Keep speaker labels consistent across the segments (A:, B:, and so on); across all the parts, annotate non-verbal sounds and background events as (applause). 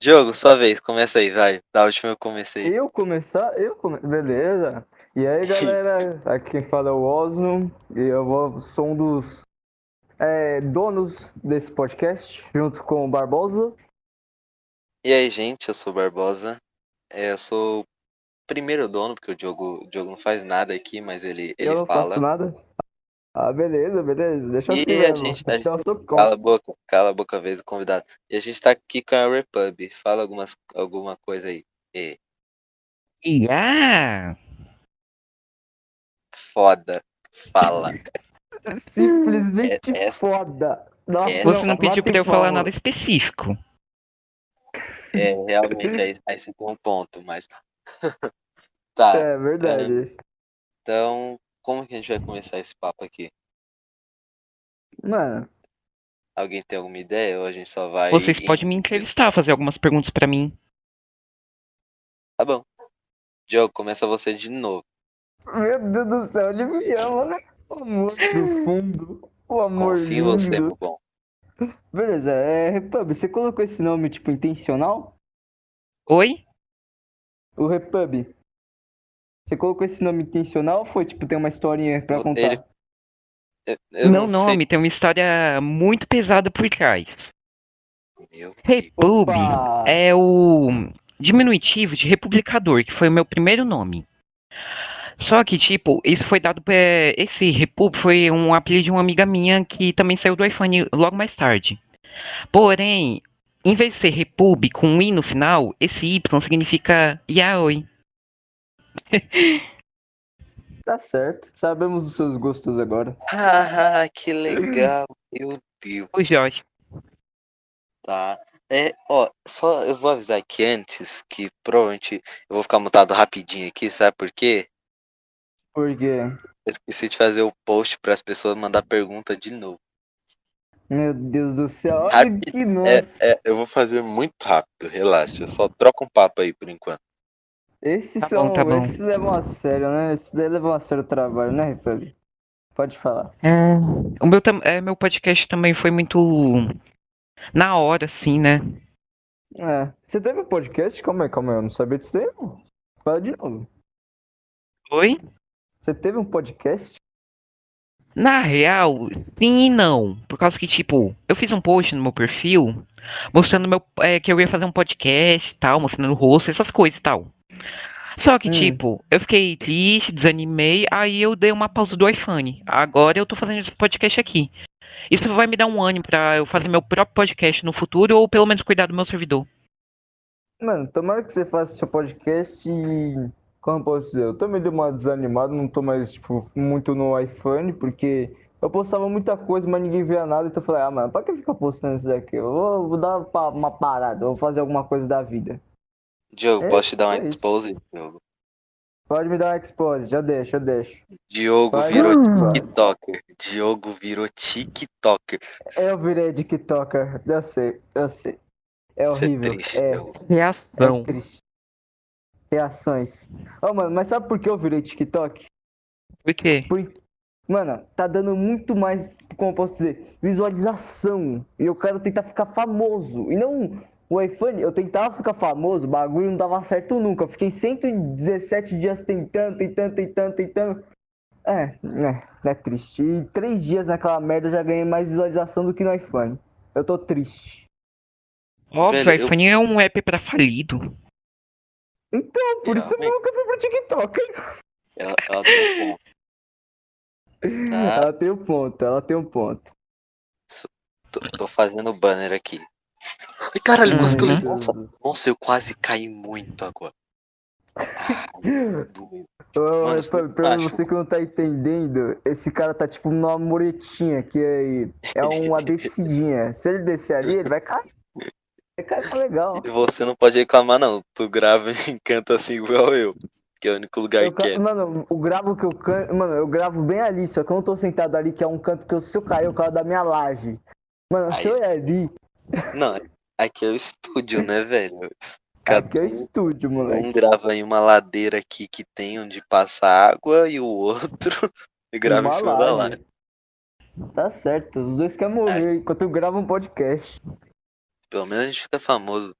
A: Diogo, sua vez, começa aí, vai. Da última eu comecei.
B: Eu começar? Eu come... Beleza. E aí, galera, aqui quem fala é o Osno, e eu vou- sou um dos é, donos desse podcast, junto com o Barbosa.
A: E aí, gente, eu sou o Barbosa. É, eu sou o primeiro dono, porque o Diogo, o Diogo não faz nada aqui, mas ele, ele
B: eu não
A: fala.
B: faço nada. Ah, beleza, beleza. Deixa
A: E
B: assim
A: a
B: mesmo.
A: gente- tá a
B: Deixa eu sou contra.
A: Cala a boca, cala a boca, vez o convidado. E a gente tá aqui com a Repub. Fala algumas, alguma coisa aí. E,
C: Ah,
A: foda. Fala.
B: Simplesmente
A: É- é-
B: foda. Nossa,
A: é-
C: você não pediu
B: batem
C: pra eu falar
B: palma.
C: nada específico.
A: É, realmente, aí, aí você tem um ponto, mas. (laughs) tá.
B: É verdade.
A: Então, como que a gente vai começar esse papo aqui?
B: Mano,
A: Alguém tem alguma ideia ou a gente só vai.
C: Vocês podem me entrevistar, fazer algumas perguntas pra mim.
A: Tá bom. Diogo, começa você de novo.
B: meu Deus do céu, ele me ama, né? O amor do fundo. O amor
A: Confio em você,
B: lindo.
A: meu bom.
B: Beleza, é, Repub, você colocou esse nome, tipo, intencional?
C: Oi?
B: O Repub. Você colocou esse nome intencional ou foi, tipo, tem uma historinha pra
A: Eu-
B: contar?
A: ele- Eu, eu
C: Meu
A: não sei.
C: nome tem uma história muito pesada por trás.
A: Meu
C: Repub
B: Opa!
C: é o diminutivo de republicador, que foi o meu primeiro nome. Só que, tipo, isso foi dado pra. Esse Repub foi um apelido de uma amiga minha que também saiu do iPhone logo mais tarde. Porém, em vez de ser Repub com um i no final, esse Y significa Yaoi.
B: Tá certo, sabemos dos seus gostos agora.
A: Ah, que legal. Meu Deus,
C: O Jorge.
A: tá. É, ó, só eu vou avisar aqui antes que provavelmente eu vou ficar mutado rapidinho aqui, sabe por quê?
B: Porque,
A: Eu esqueci de fazer o post para as pessoas mandar pergunta de novo.
B: meu Deus do céu, olha
A: Rápido,
B: que nossa.
A: É, é, eu vou fazer muito rápido, relaxa. Só troca um papo aí por enquanto.
B: Esses
C: Tá
B: são,
C: bom, tá bom.
B: esses levam a sério, né? Esses daí levam a sério o trabalho, né, Repub? Pode falar.
C: É, o meu, tam- é, meu podcast também foi muito na hora, assim, né?
B: É, você teve um podcast? Calma aí, calma aí, eu não sabia disso daí, não. Fala de novo.
C: Oi?
B: Você teve um podcast?
C: Na real, sim e não. Por causa que, tipo, eu fiz um post no meu perfil mostrando meu, é, que eu ia fazer um podcast e tal, mostrando o rosto, essas coisas e tal. Só que,
B: Hum.
C: tipo, eu fiquei triste, desanimei, aí eu dei uma pausa do iPhone. Agora eu tô fazendo esse podcast aqui. Isso vai me dar um ânimo pra eu fazer meu próprio podcast no futuro ou pelo menos cuidar do meu servidor.
B: Mano, tomara que você faça seu podcast e. Como eu posso dizer? Eu também dei uma desanimada, não tô mais, tipo, muito no iPhone, porque eu postava muita coisa, mas ninguém via nada, então eu falei, ah, mano, pra que ficar postando isso daqui? Eu vou, vou dar pa- uma parada, eu vou fazer alguma coisa da vida.
A: Diogo,
B: É,
A: posso te dar uma
B: é isso.
A: expose, Diogo?
B: Pode me dar uma expose, já deixo, eu deixo.
A: Diogo
B: Vai,
A: virou
B: mano.
A: TikToker. Diogo virou TikToker.
B: É Eu virei TikToker, eu sei, eu sei.
A: Isso
B: É
A: é
B: horrível,
A: triste,
B: é,
A: Diogo.
B: é
C: Reação.
B: triste. Reações. Ô, mano, mas sabe por que eu virei TikTok?
C: Por quê?
B: Por... Mano, tá dando muito mais, como eu posso dizer, visualização. E eu quero tentar ficar famoso. E não o iPhone, eu tentava ficar famoso, o bagulho não dava certo nunca. Eu fiquei 117 dias tentando, tentando, tentando, tentando. É, é, é triste. E três dias naquela merda eu já ganhei mais visualização do que no iPhone. Eu tô triste.
C: Óbvio,
A: Velho, eu-
C: iPhone é um app pra falido.
B: Então, por isso
A: Realmente.
B: mesmo que eu fui pro TikTok.
A: Ela, ela tem um ponto. Tá,
B: Ela tem um ponto, ela tem um ponto. tá
A: tô, tô fazendo o banner aqui. Ai, caralho, quase que eu.
C: Uhum.
A: Nossa, nossa, eu quase caí muito agora. Ah, Ai, doeu.
B: Ô,
A: Mano,
B: mas
A: isso
B: pra,
A: não
B: pra
A: acho.
B: você que não tá entendendo, esse cara tá tipo numa muretinha, que é,
A: (laughs)
B: é uma descidinha. Se ele descer ali, ele vai cair. Vai cair tá legal.
A: E você não pode reclamar, não. Tu grava e (laughs) canta assim igual eu. Que é o único lugar
B: Eu ca-
A: que é.
B: Mano, o gravo que eu canto. Mano, eu gravo bem ali, só que eu não tô sentado ali, que é um canto que eu, se eu cair, eu caio da minha laje. Mano, se
A: Aí-
B: eu ir ali,
A: Não, aqui é o estúdio, né, velho? Cada
B: aqui é estúdio, moleque.
A: Um grava em uma ladeira aqui que tem onde passa água e o outro (laughs) grava um em
B: Uma
A: cima da laje.
B: laje. Tá
A: É.
B: certo, os dois querem morrer enquanto eu gravo um podcast.
A: Pelo menos a gente fica famoso.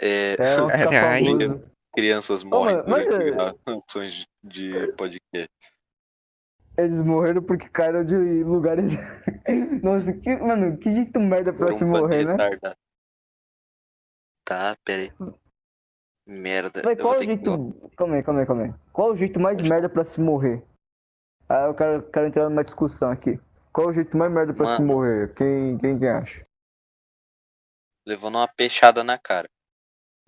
A: É, (laughs)
B: É, ó, fica
C: Ai.
B: famoso.
A: crianças morrem
B: mas- mas
A: durante
B: é-
A: gravações de podcast.
B: Eles morreram porque caíram de lugares. (laughs) Nossa, que, mano, que jeito merda pra
A: Por
B: se
A: um bando de
B: morrer, né?
A: retardado. Tá, pera aí. Merda.
B: Mas
A: eu
B: Hum. qual
A: vou
B: o
A: ter que-
B: jeito. Calma aí, calma aí, calma aí. Qual o jeito mais merda pra se morrer? Ah, eu quero, quero entrar numa discussão aqui. Qual o jeito mais merda pra se
A: Mano.
B: morrer? Quem, quem, quem acha?
A: Levando uma peixada na cara.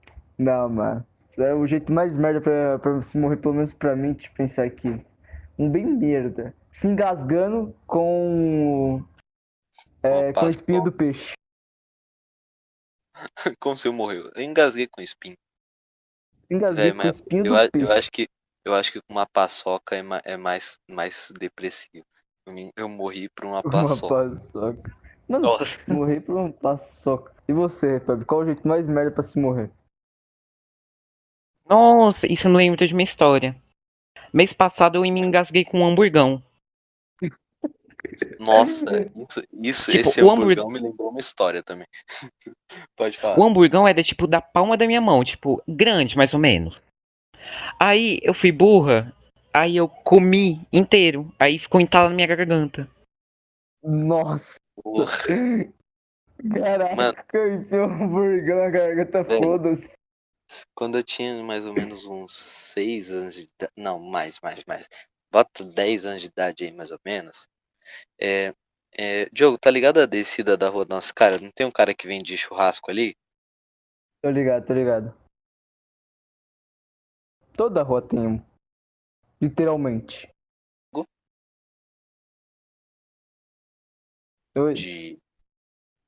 A: (laughs)
B: Não, mano. É o jeito mais merda pra, pra se morrer, pelo menos pra mim, de pensar aqui. Um bem merda. Se engasgando com. É,
A: Opa,
B: com a espinha do peixe.
A: Como se eu morreu? Eu engasguei com espinho.
B: Engasguei
A: Véi,
B: com
A: É,
B: a
A: mas
B: espinha
A: Eu,
B: do
A: a- eu
B: peixe.
A: acho que eu acho que com uma paçoca é, ma- é mais, mais depressivo. Eu, me- eu morri por uma
B: Uma
A: paçoca.
B: paçoca. Mano,
C: Nossa.
B: morrer por uma paçoca. E você, Pepe, qual o jeito mais merda pra se morrer?
C: Nossa, isso me lembra de uma história. Mês passado eu me engasguei com um hamburgão.
B: (laughs)
A: Nossa, isso, isso
C: Tipo,
A: esse
C: o
A: hamburgão me lembrou uma história também. (laughs) Pode falar.
C: O hamburgão era tipo da palma da minha mão, tipo, grande mais ou menos. Aí eu fui burra, aí eu comi inteiro, aí ficou entalado na minha garganta.
B: Nossa,
A: Porra,
B: (laughs) caraca, enfiou um hamburgão na garganta,
A: Velho.
B: foda-se.
A: Quando eu tinha mais ou menos uns 6 anos de idade. Não, mais, mais, mais. Bota 10 anos de idade aí, mais ou menos. É, é, Diogo, tá ligado a descida da rua do nosso cara? Não tem um cara que vende churrasco ali?
B: Tô ligado, tô ligado. Toda rua tem um. Literalmente.
A: Gu?
B: Oi.
A: De.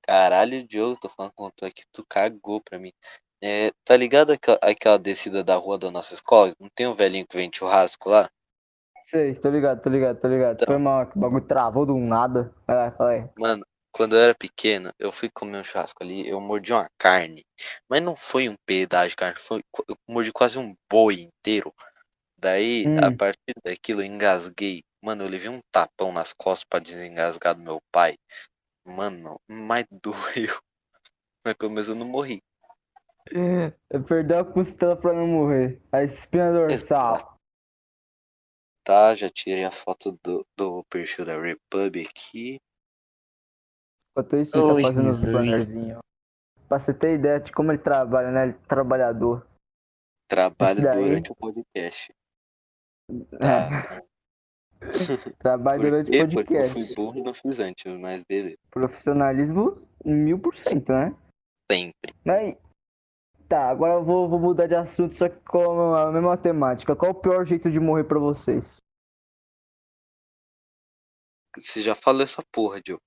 A: Caralho, Diogo, tô falando com tu aqui, tu cagou pra mim. É, tá ligado aquela, aquela descida da rua da nossa escola? Não tem um velhinho que vende churrasco lá?
B: Sei, tô ligado, tô ligado, tô ligado.
A: Então.
B: Foi mal, que o bagulho travou do nada. Vai lá, fala aí.
A: Mano, quando eu era pequeno, eu fui comer um churrasco ali, eu mordi uma carne, mas não foi um pedaço de carne, foi, eu mordi quase um boi inteiro. Daí, a
B: Hum.
A: partir daquilo, eu engasguei. Mano, eu levei um tapão nas costas pra desengasgar do meu pai. Mano, mas (laughs) doeu. Mas pelo menos eu não morri.
B: Eu perdi É, a costela pra não morrer. A espinha dorsal.
A: Tá, já tirei a foto do, do perfil da Republic aqui.
B: Enquanto isso, ele
C: Oi,
B: tá fazendo os
C: Jesus.
B: bannerzinhos. Pra você ter ideia de como ele trabalha, né? Ele é trabalhador.
A: Trabalho
B: Esse daí?
A: durante o podcast.
B: É,
A: Tá.
B: (laughs) trabalha
A: Por
B: durante o
A: quê? Porque eu
B: podcast.
A: fui burro e não fiz antes, mas beleza.
B: Profissionalismo mil por cento, né?
A: Sempre.
B: Mas. Tá, agora eu vou, vou mudar de assunto, só que com a mesma temática. Qual o pior jeito de morrer pra vocês?
A: Você já falou essa porra, Diogo.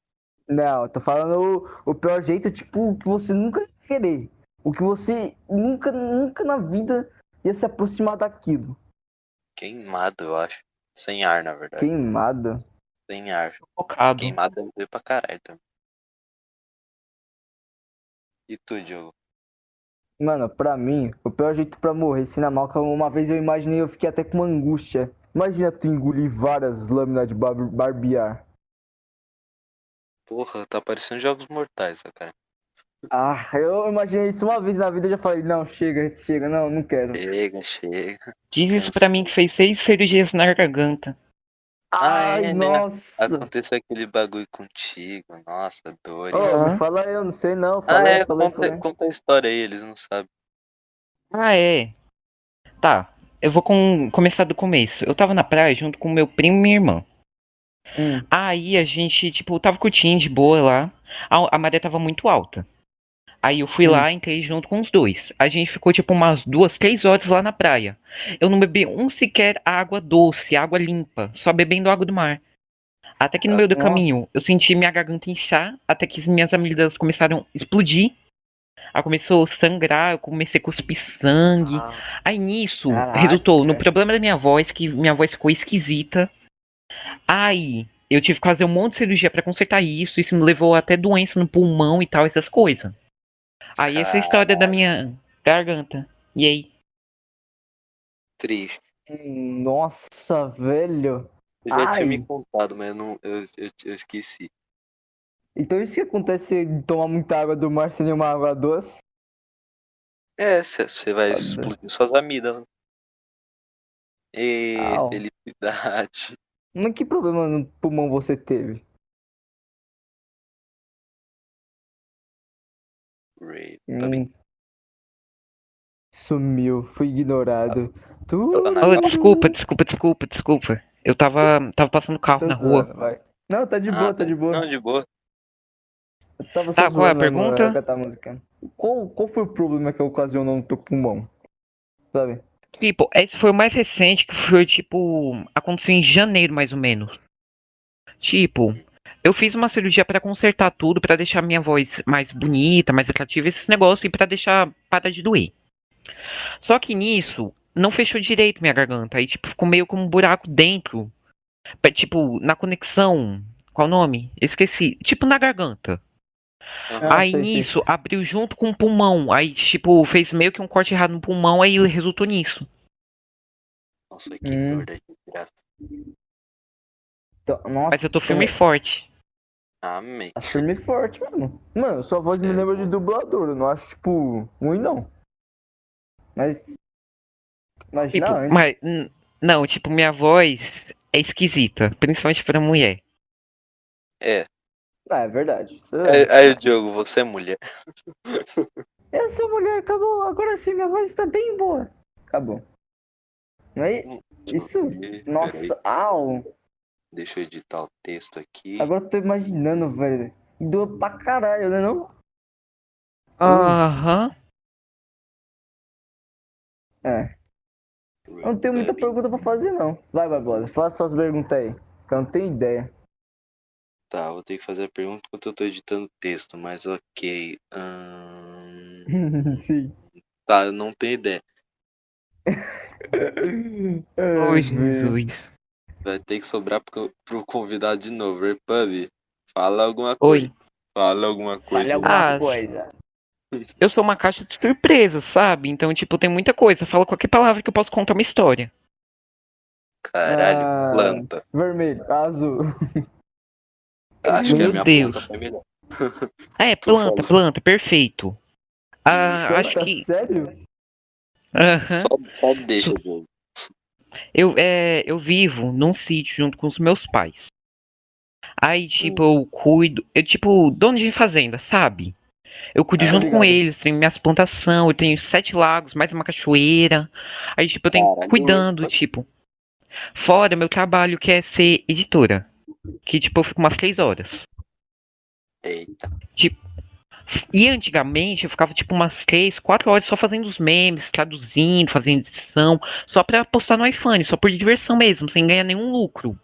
B: Não, eu tô falando o, o pior jeito, tipo, o que você nunca ia querer. O que você nunca, nunca na vida ia se aproximar daquilo.
A: Queimado, eu acho. Sem ar, na verdade.
B: Queimada.
A: Sem ar.
B: Uhum.
C: Focado.
A: Queimado deve doer pra caralho também. E tu, Diogo?
B: Mano, pra mim, o pior jeito pra morrer, se na malca, uma vez eu imaginei, eu fiquei até com uma angústia. Imagina tu engolir várias lâminas de bar- barbear.
A: Porra, tá parecendo Jogos Mortais, ó, cara.
B: Ah, eu imaginei isso uma vez na vida, eu já falei, não, chega, chega, não, não quero.
A: Chega, chega.
C: Diz isso pra mim que fez seis cirurgias na garganta.
A: Ah,
B: Ai,
A: é, né?
B: nossa.
A: Aconteceu aquele bagulho contigo. Nossa, dores.
B: Ô, me
C: Aham.
B: fala aí, eu não sei
A: é. ah,
B: não, fala aí,
A: é,
B: fala aí,
A: conta,
B: fala aí.
A: conta a história aí, eles não sabem.
C: Ah, é. Tá, eu vou com- começar do começo. Eu tava na praia junto com meu primo e minha irmã.
B: Hum.
C: Aí a gente, tipo, tava curtindo de boa lá. A, a maré tava muito alta. Aí eu fui
B: Hum.
C: lá, entrei junto com os dois. A gente ficou, tipo, umas duas, três horas lá na praia. Eu não bebi um sequer água doce, água limpa, só bebendo água do mar. Até que no meio do
B: Nossa.
C: caminho eu senti minha garganta inchar, até que minhas amígdalas começaram a explodir. Aí começou a sangrar, eu comecei a cuspir sangue.
A: Ah,
C: Aí nisso,
B: Caraca.
C: resultou no problema da minha voz, que minha voz ficou esquisita. Aí, eu tive que fazer um monte de cirurgia pra consertar isso, isso me levou até doença no pulmão e tal, essas coisas. Aí essa é a história da minha garganta. E aí?
A: triste.
B: Hum. Nossa, velho.
A: Eu já
B: Ai.
A: tinha me contado, mas eu, não, eu, eu, eu esqueci.
B: Então isso que acontece de tomar muita água do mar sem nenhuma água doce?
A: É, você vai
B: Foda.
A: explodir suas amígdalas. E
B: Au.
A: felicidade.
B: Mas que problema no pulmão você teve?
A: Ray, tá bem.
B: Hum. Sumiu, fui ignorado. Tu.
A: Joga na
C: Ô, desculpa, desculpa, desculpa, desculpa. Eu tava, tava passando carro Tá na rua.
B: tá Vai. Não, tá de
A: Ah,
B: boa, tá de boa.
A: Não, de boa.
B: Eu tava só
C: Tá, qual é a
B: zoando, mano,
C: pergunta?
B: eu cantar música. Qual, qual foi o problema que ocasionou no teu pulmão? Sabe?
C: Tipo, esse foi o mais recente que foi, tipo, aconteceu em janeiro, mais ou menos. Tipo, eu fiz uma cirurgia pra consertar tudo, pra deixar minha voz mais bonita, mais atrativa, esses negócios, e pra deixar parar de doer. Só que nisso, não fechou direito minha garganta. Aí, tipo, ficou meio como um buraco dentro. Pe- Tipo, na conexão. Qual o nome? Esqueci. Tipo, na garganta.
B: Ah,
C: aí
B: sei, sei.
C: nisso, abriu junto com o pulmão. Aí, tipo, fez meio que um corte errado no pulmão, aí resultou nisso.
A: Nossa, que
B: Hum.
A: dor da desgraça.
B: Então, Nossa,
C: Mas eu tô firme
B: como-
C: e forte.
A: Amém.
B: Tá firme e forte, mano. Mano, sua voz me
A: É,
B: lembra
A: mano.
B: de dublador, eu não acho, tipo, ruim não. Mas.
C: Tipo,
B: Imagina antes.
C: mas. n- Não, tipo, minha voz é esquisita. Principalmente pra mulher.
B: Ah, é verdade. Isso é-
A: Aí, aí, Diogo, você é mulher.
B: Eu sou mulher, acabou. Agora sim, minha voz tá bem boa. Acabou. Aí, isso.
A: Peraí,
B: Nossa, au.
A: Deixa eu editar o texto aqui.
B: Agora eu tô imaginando, velho. Doa pra caralho, né não?
C: Aham.
B: É. Eu não tenho muita pergunta pra fazer, não. Vai, Barbosa, faça suas perguntas aí. Que eu não tenho ideia. (laughs)
A: Tá, vou ter que fazer a pergunta enquanto eu tô editando o texto, mas ok. Ahn,
B: Sim.
A: Tá, eu não tenho ideia.
C: Ô,
B: Ai, velho.
C: Jesus.
A: Vai ter que sobrar pro, pro convidado de novo. Ei, Pub, fala alguma coisa.
C: Oi.
A: Fala alguma coisa.
B: Vale alguma
C: Ah,
B: coisa.
C: Eu sou uma caixa de surpresas, sabe? Então, tipo, tem muita coisa. Fala qualquer palavra que eu posso contar uma história.
A: Caralho,
B: Ah,
A: planta.
B: Vermelho, azul.
A: Acho que é a
C: meu
A: minha
C: Deus.
A: planta foi melhor.
C: Ah, é,
A: Tu
C: planta,
A: fala.
C: planta, perfeito. Ah, acho
B: Puta,
C: que.
B: Tá Sério?
C: Aham.
A: Só, só deixa, Diogo.
C: Eu, é, eu vivo num sítio junto com os meus pais. Aí, tipo, eu cuido. Eu, tipo, dono de fazenda, sabe? Eu cuido
B: Ah,
C: junto com
B: ligado.
C: eles, tenho minhas plantações, eu tenho sete lagos, mais uma cachoeira. Aí, tipo, eu tenho
A: Caralho,
C: cuidando,
A: opa.
C: tipo. Fora meu trabalho, que é ser editora. Que, tipo, eu fico umas três horas.
A: Eita.
C: E antigamente eu ficava, tipo, umas três, quatro horas só fazendo os memes, traduzindo, fazendo edição, só pra postar no iPhone, só por diversão mesmo, sem ganhar nenhum lucro.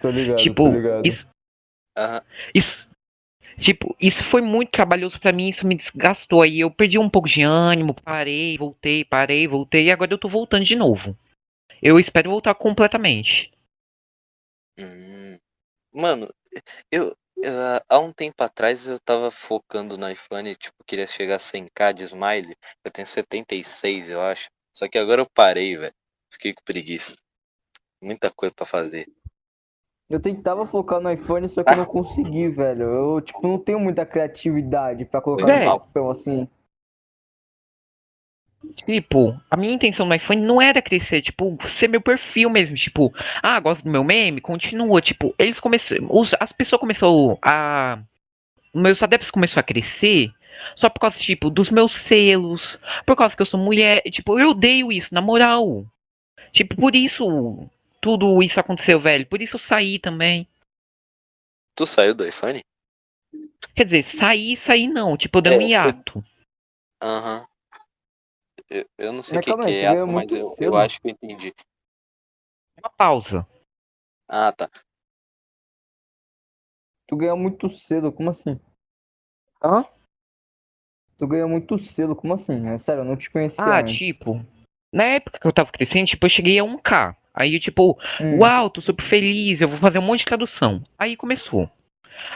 B: Tô ligado,
C: Tipo,
B: tô ligado.
C: isso,
A: Aham.
C: isso, tipo, isso foi muito trabalhoso pra mim, isso me desgastou aí. Eu perdi um pouco de ânimo, parei, voltei, parei, voltei, e agora eu tô voltando de novo. Eu espero voltar completamente.
A: Hum. Mano, eu, eu, há um tempo atrás eu tava focando no iPhone, tipo, queria chegar a 100k de smile. Eu tenho 76, eu acho. Só que agora eu parei, velho. Fiquei com preguiça. Muita coisa pra fazer.
B: Eu tentava focar no iPhone, só que eu não consegui, velho. Eu, tipo, não tenho muita criatividade pra colocar
C: Velho.
B: no papel assim.
C: Tipo, a minha intenção no iPhone não era crescer, tipo, ser meu perfil mesmo, tipo, ah, gosto do meu meme, continua, tipo, eles começaram, as pessoas começaram a, meus adeptos começaram a crescer só por causa, tipo, dos meus selos, por causa que eu sou mulher, tipo, eu odeio isso, na moral. Tipo, por isso tudo isso aconteceu, velho, por isso eu saí também.
A: Tu saiu do iPhone?
C: Quer dizer, saí, saí não, tipo, eu dei um
A: É, você-
C: hiato.
A: Aham. Eu, eu não sei o
B: Mas
A: que,
B: calma
A: que
B: aí,
A: é,
B: você ganhou
A: mas
B: muito
A: eu, eu
B: selo.
A: acho que eu entendi.
C: Uma pausa.
A: Ah, tá.
B: Tu ganha muito cedo, como assim?
C: Hã?
B: Tu ganha muito cedo, como assim? É sério, eu não te conhecia
C: Ah,
B: antes.
C: tipo, na época que eu tava crescendo, tipo, eu cheguei a 1K. Aí, tipo,
B: Hum,
C: uau, tô super feliz, eu vou fazer um monte de tradução. Aí começou.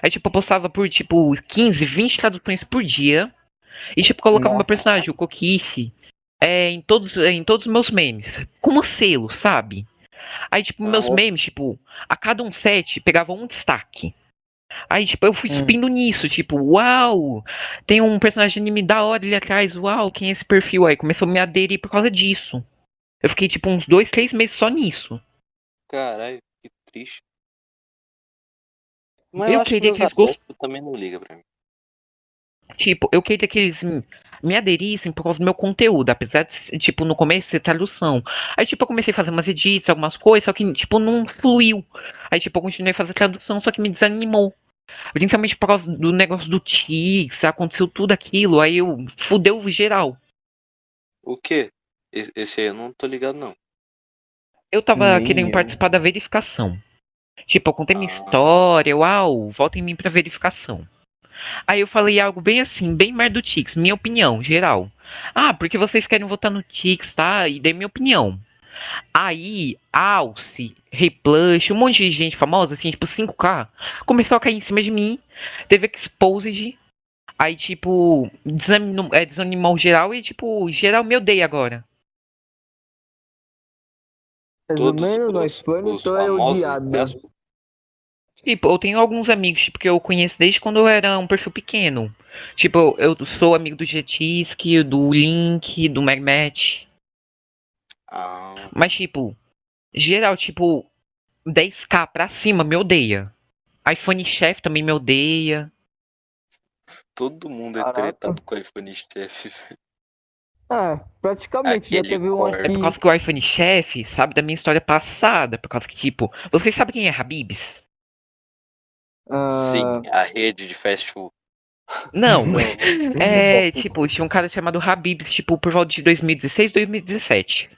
C: Aí, tipo, eu postava por, tipo, 15, 20 traduções por dia. E, tipo, colocava meu
B: Nossa.
C: personagem, o Kokishi, é, em todos é, em todos os meus memes. Como selo, sabe? Aí, tipo, meus
A: Aham.
C: memes, tipo, a cada um set pegava um destaque. Aí, tipo, eu fui subindo nisso, tipo, uau, tem um personagem de anime da hora ali atrás, uau, quem é esse perfil? Aí começou a me aderir por causa disso. Eu fiquei, tipo, uns dois, três meses só nisso.
A: Caralho, que triste.
C: Eu
A: acho
C: queria
A: meus
C: que eles gost-
A: adultos também não liga pra mim.
C: Tipo, eu queria que eles me- me aderissem por causa do meu conteúdo, apesar de, ser, tipo, no começo ser tradução. Aí, tipo, eu comecei a fazer umas edits, algumas coisas, só que, tipo, não fluiu. Aí, tipo, eu continuei a fazer tradução, só que me desanimou. Principalmente por causa do negócio do Tix, aconteceu tudo aquilo, aí eu fudeu geral.
A: O quê? E- Esse aí eu não tô ligado, não.
C: Eu tava
B: Nem
C: querendo
B: eu.
C: participar da verificação. Tipo, eu contei minha
A: Ah.
C: história, uau, volta em mim pra verificação. Aí eu falei algo bem assim, bem mais do Tix, minha opinião, geral. Ah, porque vocês querem votar no Tix, tá? E dei minha opinião. Aí, Alce, Replush, um monte de gente famosa, assim, tipo 5K, começou a cair em cima de mim. Teve Exposed. Aí, tipo, desanimou, é, desanimou geral e, tipo, geral me odeia agora.
A: Todos
B: Resumendo, no
A: os,
B: Espanha,
A: os
B: então é
A: famosos
B: odiado.
A: mesmo.
C: Tipo, eu tenho alguns amigos, tipo, que eu conheço desde quando eu era um perfil pequeno. Tipo, eu eu sou amigo do Getisk, do Link, do Magmatch.
A: Ah,
C: Mas, tipo, geral, tipo, 10k pra cima me odeia. iPhone Chef também me odeia.
A: todo mundo é
B: Caraca.
A: tretado com o É iPhone chefe.
B: Ah, praticamente. Já
A: Aquele
B: teve um
A: corte.
B: aqui.
C: É por causa que o iPhone Chef sabe da minha história passada. Por causa que, tipo, vocês sabem quem é Habibs?
B: ah,
A: Sim, a rede de fast food.
C: Não, É, tipo, tinha um cara chamado Habibs, tipo, por volta de 2016, 2017.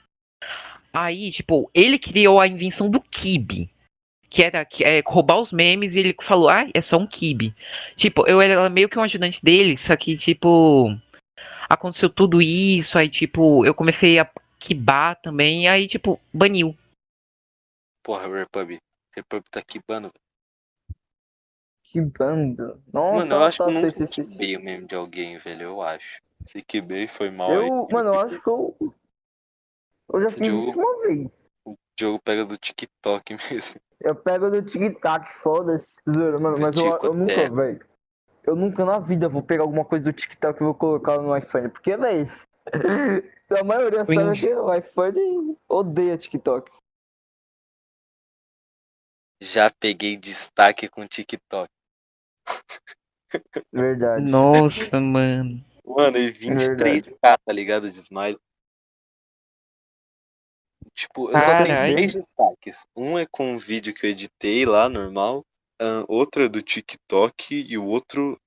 C: Aí, tipo, ele criou a invenção do kibe. Que era que- é, roubar os memes e ele falou, ah, é só um kibe. Tipo, eu era meio que um ajudante dele, só que, tipo, aconteceu tudo isso, aí, tipo, eu comecei a kibar também, e aí, tipo, baniu.
A: Porra, Repub. Repub tá quibando.
B: Que bando. Nossa,
A: Mano, eu acho
B: tá,
A: que eu
B: sei,
A: nunca
B: sei, sei, sei.
A: quibei o meme de alguém, velho. Eu acho. Se quibei, foi mal. aí.
B: Eu, mano, eu acho que eu. Eu já fiz
A: Diogo.
B: isso uma vez.
A: O jogo pega do TikTok (laughs) mesmo.
B: Eu pego do tic-tac, foda-se. Zoeira, Mano, mas eu, eu
A: Tico-teco.
B: nunca, velho. Eu nunca na vida vou pegar alguma coisa do tic-tac e vou colocar no iPhone. Porque, velho. (laughs) A maioria sabe
C: Cringe.
B: que o iPhone odeia TikTok.
A: Já peguei destaque com TikTok.
B: Verdade.
C: Nossa, mano.
A: Mano,
C: É
A: e 23k, tá ligado? De smile. Tipo, eu só tenho
C: Caralho.
A: três destaques. Um é com um vídeo que eu editei lá, normal. ahn, outro é do TikTok e o outro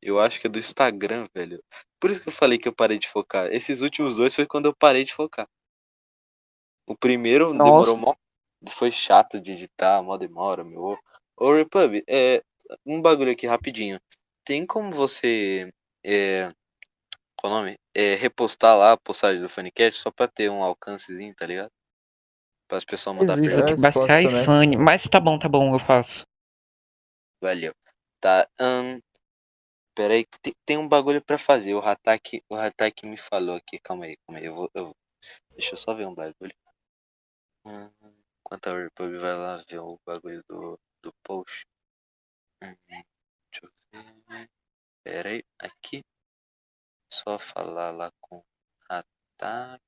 A: eu acho que é do Instagram, velho. Por isso que eu falei que eu parei de focar. Esses últimos dois foi quando eu parei de focar. O primeiro
C: Nossa.
A: demorou mó. Foi chato de editar, mó demora, meu. Ô, Repub, é, um bagulho aqui rapidinho. Tem como você. É, qual o nome? É, repostar lá a postagem do Funicast só pra ter um alcancezinho, tá ligado? Para as pessoas mandar
B: Existe,
A: perguntas.
B: né?
C: Tem que baixar
B: resposta, né?
C: iPhone. Mas tá bom, tá bom, eu faço.
A: Valeu. Tá. ahn, peraí, que tem, tem um bagulho pra fazer. O Hatak, o Hatak me falou aqui. Calma aí, calma aí. Eu vou, eu- Deixa eu só ver um bagulho. Hum, enquanto a Repub vai lá ver o bagulho do, do post. Hum, deixa eu ver. Peraí, aqui. Só falar lá com o Hatak.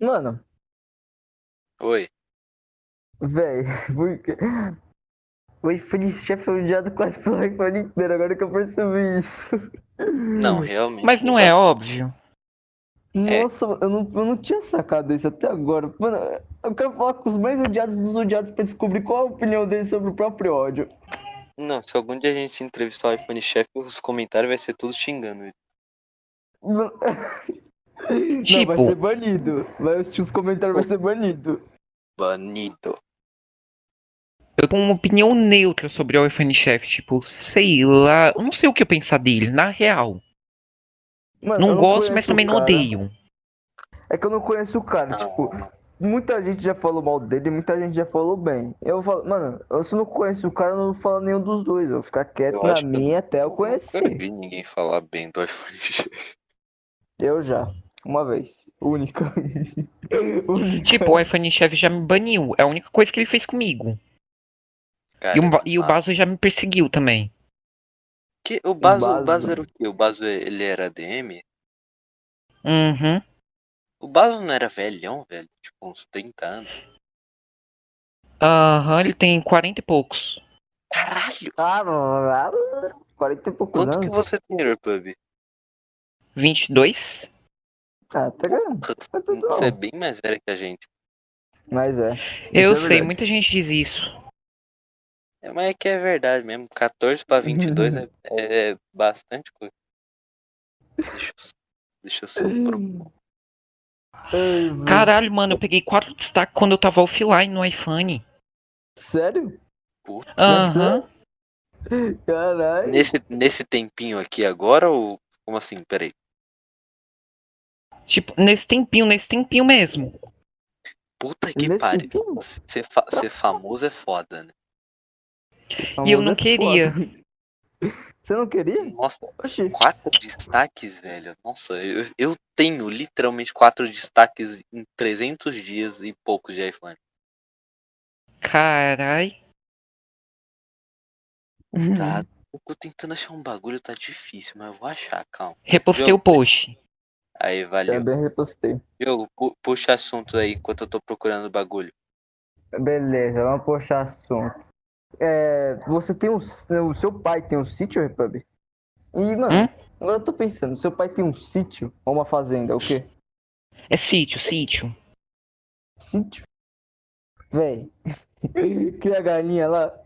B: Mano,
A: Oi.
B: (laughs) velho. Porque. O iPhone já foi odiado quase pelo iPhone inteiro. Agora que eu percebi isso.
A: Não, realmente.
C: Hum, Mas não
A: tá
C: é óbvio.
B: Nossa, eu, não, eu não tinha sacado isso até agora. Mano, eu quero falar com os mais odiados dos odiados pra descobrir qual a opinião deles sobre o próprio ódio.
A: Não, se algum dia a gente entrevistar o iPhone chefe, os comentários vai ser tudo xingando. ele.
B: Mano- Não, vai
C: Tipo-
B: ser banido. Vai assistir os comentários, vai ser banido.
A: Banido.
C: Eu tenho uma opinião neutra sobre o iPhone Chef, tipo, sei lá, eu não sei o que eu pensar dele, na real.
B: Mano,
C: Não,
B: eu
C: gosto,
B: conheço
C: mas
B: o
C: também não
B: cara.
C: odeio.
B: É que eu não conheço o cara,
A: Ah,
B: tipo. Muita gente já falou mal dele, muita gente já falou bem. Eu falo, mano, eu se não conheço o cara, eu não falo nenhum dos dois. Eu vou ficar quieto
A: Eu
B: na
A: acho que-
B: minha até eu
C: é
A: Nunca
B: conhecer.
A: vi ninguém falar bem do iPhone (laughs) X.
B: Eu já. Uma vez. Única. (laughs) Única.
C: Tipo, o iPhone chefe já me baniu. É a única coisa que ele fez comigo.
A: Cara,
B: É,
C: E
B: tá
C: o, Ba- e o Um
A: ah,
C: Baso já me perseguiu também.
A: que- o Baso,
B: Baso.
A: o Baso era o quê? O Baso ele era DM?
C: Uhum.
A: O Baso não era velhão, velho? Tipo, uns 30 anos.
C: Aham, ele tem 40 e poucos.
A: Caralho!
B: Ah, mano, ah, 40 e poucos
A: Quanto que
B: anos.
A: você tem, Pub?
C: 22?
B: Ah, tá grande. Tá tudo bom.
A: Você é bem mais velho que a gente.
B: Mas é. Isso é
C: Eu sei,
B: verdade.
C: muita gente diz isso.
A: É, mas é que é verdade mesmo. 14 pra
C: (laughs)
A: 22 é, é bastante coisa. Deixa eu, deixa eu um só procurar.
B: Ai, mano.
C: Caralho, mano, eu peguei quatro destaques quando eu tava offline no iPhone.
B: Sério?
A: Puta.
C: Aham.
B: Caralho.
A: Nesse, nesse tempinho aqui agora ou como assim? Peraí.
C: Tipo, nesse tempinho, nesse tempinho mesmo.
A: Puta que
B: Nesse
A: pariu.
B: tempinho?
A: Se- Ser, fa- ser famoso é foda, né?
C: E eu não queria.
B: é Você não queria?
A: Nossa,
B: Oxi.
A: quatro destaques, velho. Nossa, eu, eu tenho literalmente quatro destaques em 300 dias e poucos de iPhone.
C: Carai. Uhum.
A: Tá, eu tô tentando achar um bagulho, tá difícil, mas eu vou achar, calma.
C: Repostei
A: Eu-
C: o post.
A: Aí, valeu.
B: Também repostei.
A: Diogo, pu- puxa assuntos aí enquanto eu tô procurando o bagulho.
B: Beleza, vamos puxar assunto. É, você tem um. O seu pai tem um sítio, Repub? E, mano,
C: Hum?
B: agora eu tô pensando, seu pai tem um sítio ou uma fazenda, o quê?
C: É sítio, sítio.
B: Sítio? Véi. (laughs) Cria galinha lá.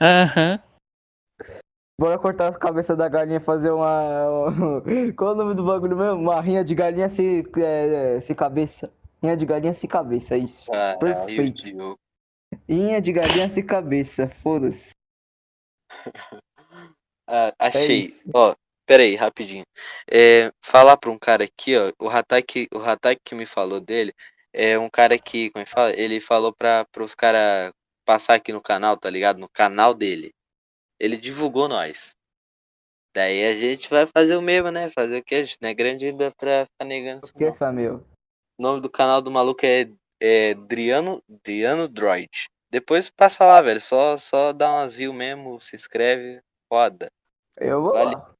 C: Aham.
B: Bora cortar a cabeça da galinha e fazer uma. (laughs) Qual é o nome do bagulho mesmo? Uma rinha de galinha sem, é, sem cabeça. Rinha de galinha sem cabeça, isso.
A: Caralho,
B: Perfeito.
A: Diogo.
B: Rinha de galinha sem cabeça, foda-se.
A: Ah, achei.
B: isso.
A: Ó, peraí, rapidinho. É, falar pra um cara aqui, ó, o Hatak, o Hatak que me falou dele, é um cara que, como é que fala? Ele falou pra, pros caras passar aqui no canal, tá ligado? No canal dele. Ele divulgou nós. Daí a gente vai fazer o mesmo, né? Fazer o quê? A gente não é grande ainda pra ficar negando isso,
B: Que
A: não.
B: família?
A: O nome do canal do maluco é, é Driano, Driano Droid. Depois passa lá, velho. Só, só dá umas views mesmo, se inscreve. Foda
B: Eu vou
A: Vale.
B: lá.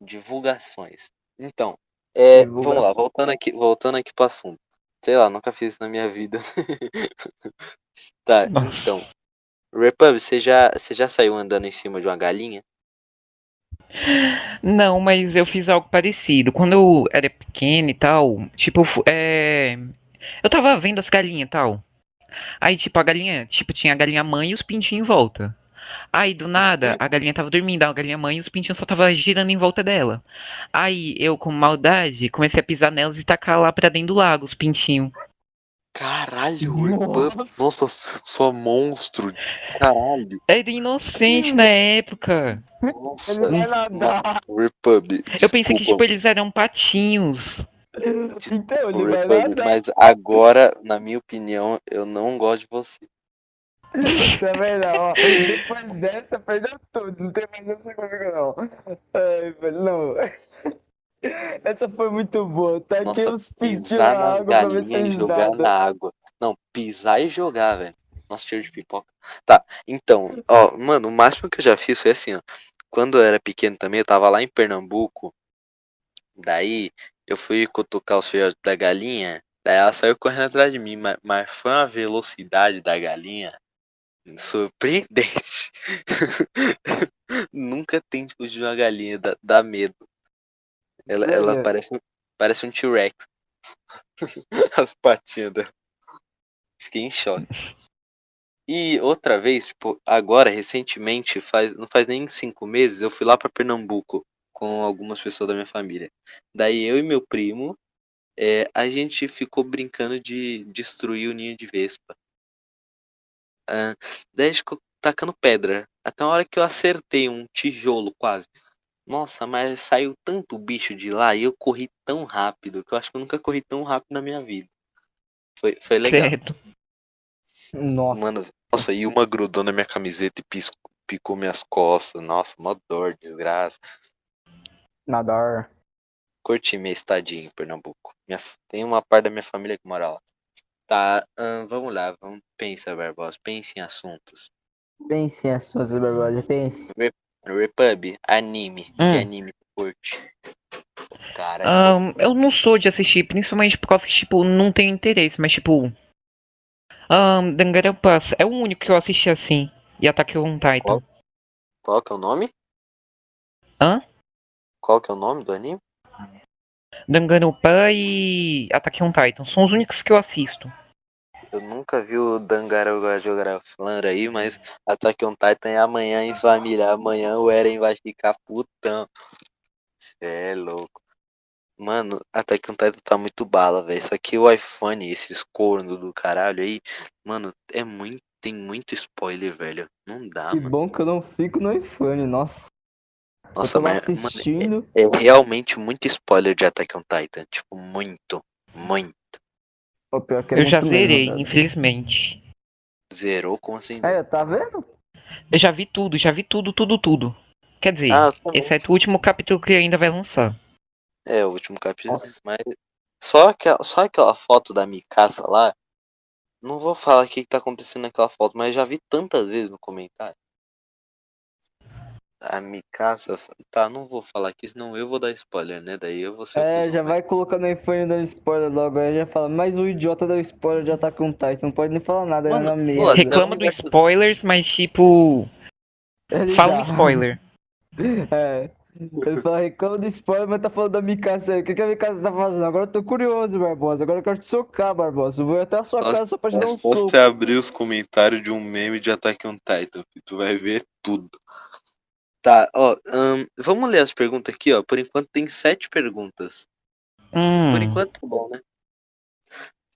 A: divulgações. Então, é,
B: Divulgação.
A: vamos lá, voltando aqui, voltando aqui para assunto. Sei lá, nunca fiz isso na minha vida. (laughs) tá,
C: Nossa.
A: então. Repub, você já, você já saiu andando em cima de uma galinha?
C: Não, mas eu fiz algo parecido. Quando eu era pequeno e tal, tipo, eu fu- é... eu tava vendo as galinhas e tal. Aí, tipo, a galinha, tipo, tinha a galinha mãe e os pintinhos em volta. Aí, do nada, a galinha tava dormindo, a galinha mãe e os pintinhos só tava girando em volta dela. Aí, eu, com maldade, comecei a pisar nelas e tacar lá pra dentro do lago os pintinhos.
A: Caralho,
B: Nossa.
A: Repub. Nossa, só monstro.
C: (laughs)
A: Caralho.
C: Era inocente na época.
A: Nossa.
B: Ele vai nadar. (laughs)
A: Repub.
C: Eu pensei que, tipo,
A: desculpa,
C: eles eram patinhos.
B: Então,
C: tipo
B: ele vai
A: Repub,
B: nadar.
A: mas agora, na minha opinião, eu não gosto de você.
B: Também não, ó. Depois dessa, perdeu tudo. Não tem mais essa comigo, não. Ai, velho, não. (laughs) Essa foi muito boa. Tá aqui
A: Nossa,
B: uns pintinhos
A: pisar
B: na
A: nas
B: água pra ver se
A: galinhas e
B: eles
A: jogar
B: nadam.
A: na água. Não, pisar e jogar, velho. Nossa, cheiro de pipoca. Tá, então, ó, mano, o máximo que eu já fiz foi assim, ó. Quando eu era pequeno também, eu tava lá em Pernambuco. Daí eu fui cutucar os filhotes da galinha. Daí ela saiu correndo atrás de mim, mas, mas foi uma velocidade da galinha surpreendente. (laughs) Nunca tente fugir de uma galinha, dá, dá medo. Ela, ela
B: Olha.
A: parece, um- parece um T-Rex. (laughs) As patinhas dela. Fiquei em choque. E outra vez, tipo, agora, recentemente, faz, não faz nem cinco meses, eu fui lá pra Pernambuco com algumas pessoas da minha família. Daí eu e meu primo, é, a gente ficou brincando de destruir o ninho de vespa. Ah, daí a gente ficou tacando pedra. Até a hora que eu acertei um tijolo quase. Nossa, mas saiu tanto bicho de lá e eu corri tão rápido que eu acho que eu nunca corri tão rápido na minha vida. Foi, foi legal.
C: Certo.
B: Nossa.
A: Mano, nossa, e uma grudou na minha camiseta e pisco- picou minhas costas. Nossa, mó dor, desgraça.
B: Nadar.
A: Curti minha estadia em Pernambuco. Minha f- tem uma parte da minha família que mora lá. Tá, ahn, vamos lá, vamos pensar, Barbosa. Pense em assuntos.
B: Pense em assuntos, Barbosa. Pense.
A: Repub, anime. Que
C: Hum.
A: anime tu curte? Cara,
C: Ahn, eu não sou de assistir, principalmente por causa que, tipo, não tenho interesse, mas, tipo. Um, Danganronpas é o único que eu assisti assim. E Ataque on Titan.
A: Qual? qual que é o nome?
C: Hã?
A: Qual que é o nome do anime?
C: Danganronpa e Ataque on Titan são os únicos que eu assisto.
A: Eu nunca vi o Dangarogajogra falando aí, mas Attack on Titan é amanhã em família. Amanhã o Eren vai ficar putão. Cê é louco. Mano, Attack on Titan tá muito bala, velho. Só que o iPhone, esses corno do caralho aí, mano, é muito. Tem muito spoiler, velho. Não dá,
B: que
A: Ah, mano.
B: bom que eu não fico no iPhone, nossa.
A: Nossa,
B: eu tava
A: mas, mano,
B: assistindo.
A: é, é realmente muito spoiler de Attack on Titan. Tipo, muito. Muito.
B: Pô, pior que é
C: eu já
B: muito mesmo,
C: zerei,
B: cara.
C: infelizmente.
A: Zerou como assim?
B: É, tá vendo?
C: Eu já vi tudo, já vi tudo, tudo, tudo. Quer dizer,
A: Ah, tá bom.
C: exceto o último capítulo que ainda vai lançar.
A: É, o último capítulo.
B: Nossa.
A: Mas só aquela, só aquela foto da Mikasa lá. Não vou falar o que, que tá acontecendo naquela foto, mas já vi tantas vezes no comentário. A Mikasa. Tá, não vou falar aqui, senão eu vou dar spoiler, né? Daí eu vou ser. o
B: É,
A: cuzão,
B: já
A: né?
B: vai colocando o iPhone dando spoiler logo. Aí já fala, mas o idiota deu spoiler de Attack on Titan. Não pode nem falar nada,
A: Mano,
B: é na
A: pô,
B: merda.
C: Reclama
A: não,
C: dos
A: mas-
C: spoilers, mas, tipo,
B: (laughs) Ele
C: fala um
B: já-
C: spoiler.
B: (laughs) É. Ele fala, reclama do spoiler, mas tá falando da Mikasa aí. O que, que a Mikasa tá fazendo? Agora eu tô curioso, Barbosa. Agora eu quero te socar, Barbosa. Eu vou até a sua
A: Nossa,
B: casa só pra te dar um
A: É só
B: soco.
A: você abrir os comentários de um meme de Attack on Titan, que tu vai ver tudo. Tá, ó, ahn, vamos ler as perguntas aqui, ó. Por enquanto tem sete perguntas.
C: Hum,
A: Por enquanto tá bom, né?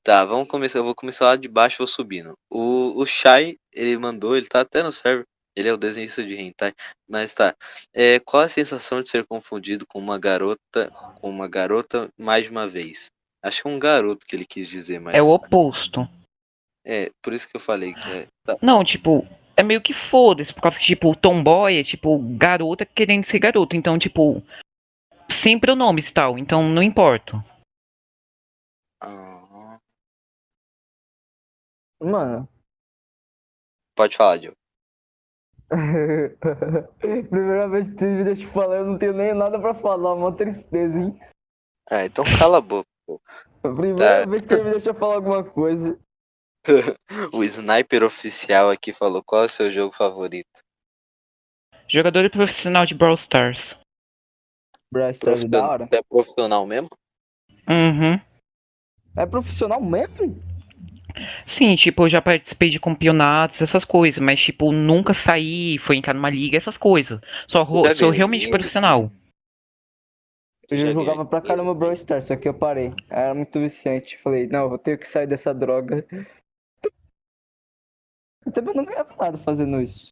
A: Tá, vamos começar. Eu vou começar lá de baixo, vou subindo. O, o Shai, ele mandou, ele tá até no server. Ele é o desenhista de hentai, mas tá. É, qual a sensação de ser confundido com uma garota, com uma garota mais de uma vez? Acho que é um garoto que ele quis dizer, mas
C: é o oposto.
A: é por isso que eu falei que é, tá,
C: Não, tipo, é meio que foda-se, por causa que, tipo, tomboy é, tipo, garota querendo ser garoto. Então, tipo, sempre o nome e tal, então não importa.
A: ah,
B: Mano.
A: pode falar, Diogo.
B: (laughs) Primeira vez que tu me deixa falar, eu não tenho nem nada pra falar. Uma tristeza, hein?
A: Ah, então cala a boca.
B: Primeira
A: Tá.
B: vez que ele me deixa falar alguma coisa.
A: O sniper oficial aqui falou qual é o seu jogo favorito.
C: Jogador profissional de Brawl Stars.
B: Brawl Stars é da
A: Profissional-
B: hora.
A: É profissional mesmo?
C: Uhum.
B: É profissional mesmo?
C: Sim, tipo, eu já participei de campeonatos, essas coisas, mas, tipo, nunca saí, fui entrar numa liga, essas coisas. Só ro-
A: Já
C: sou
A: ganhei
C: realmente
A: dinheiro.
C: profissional.
B: Eu
A: Já
B: já
A: ganhei
B: jogava pra
A: dinheiro.
B: caramba Brawl Stars, só que eu parei. Era muito viciante. Falei, não, vou ter que sair dessa droga. Eu também não ganhava nada fazendo isso.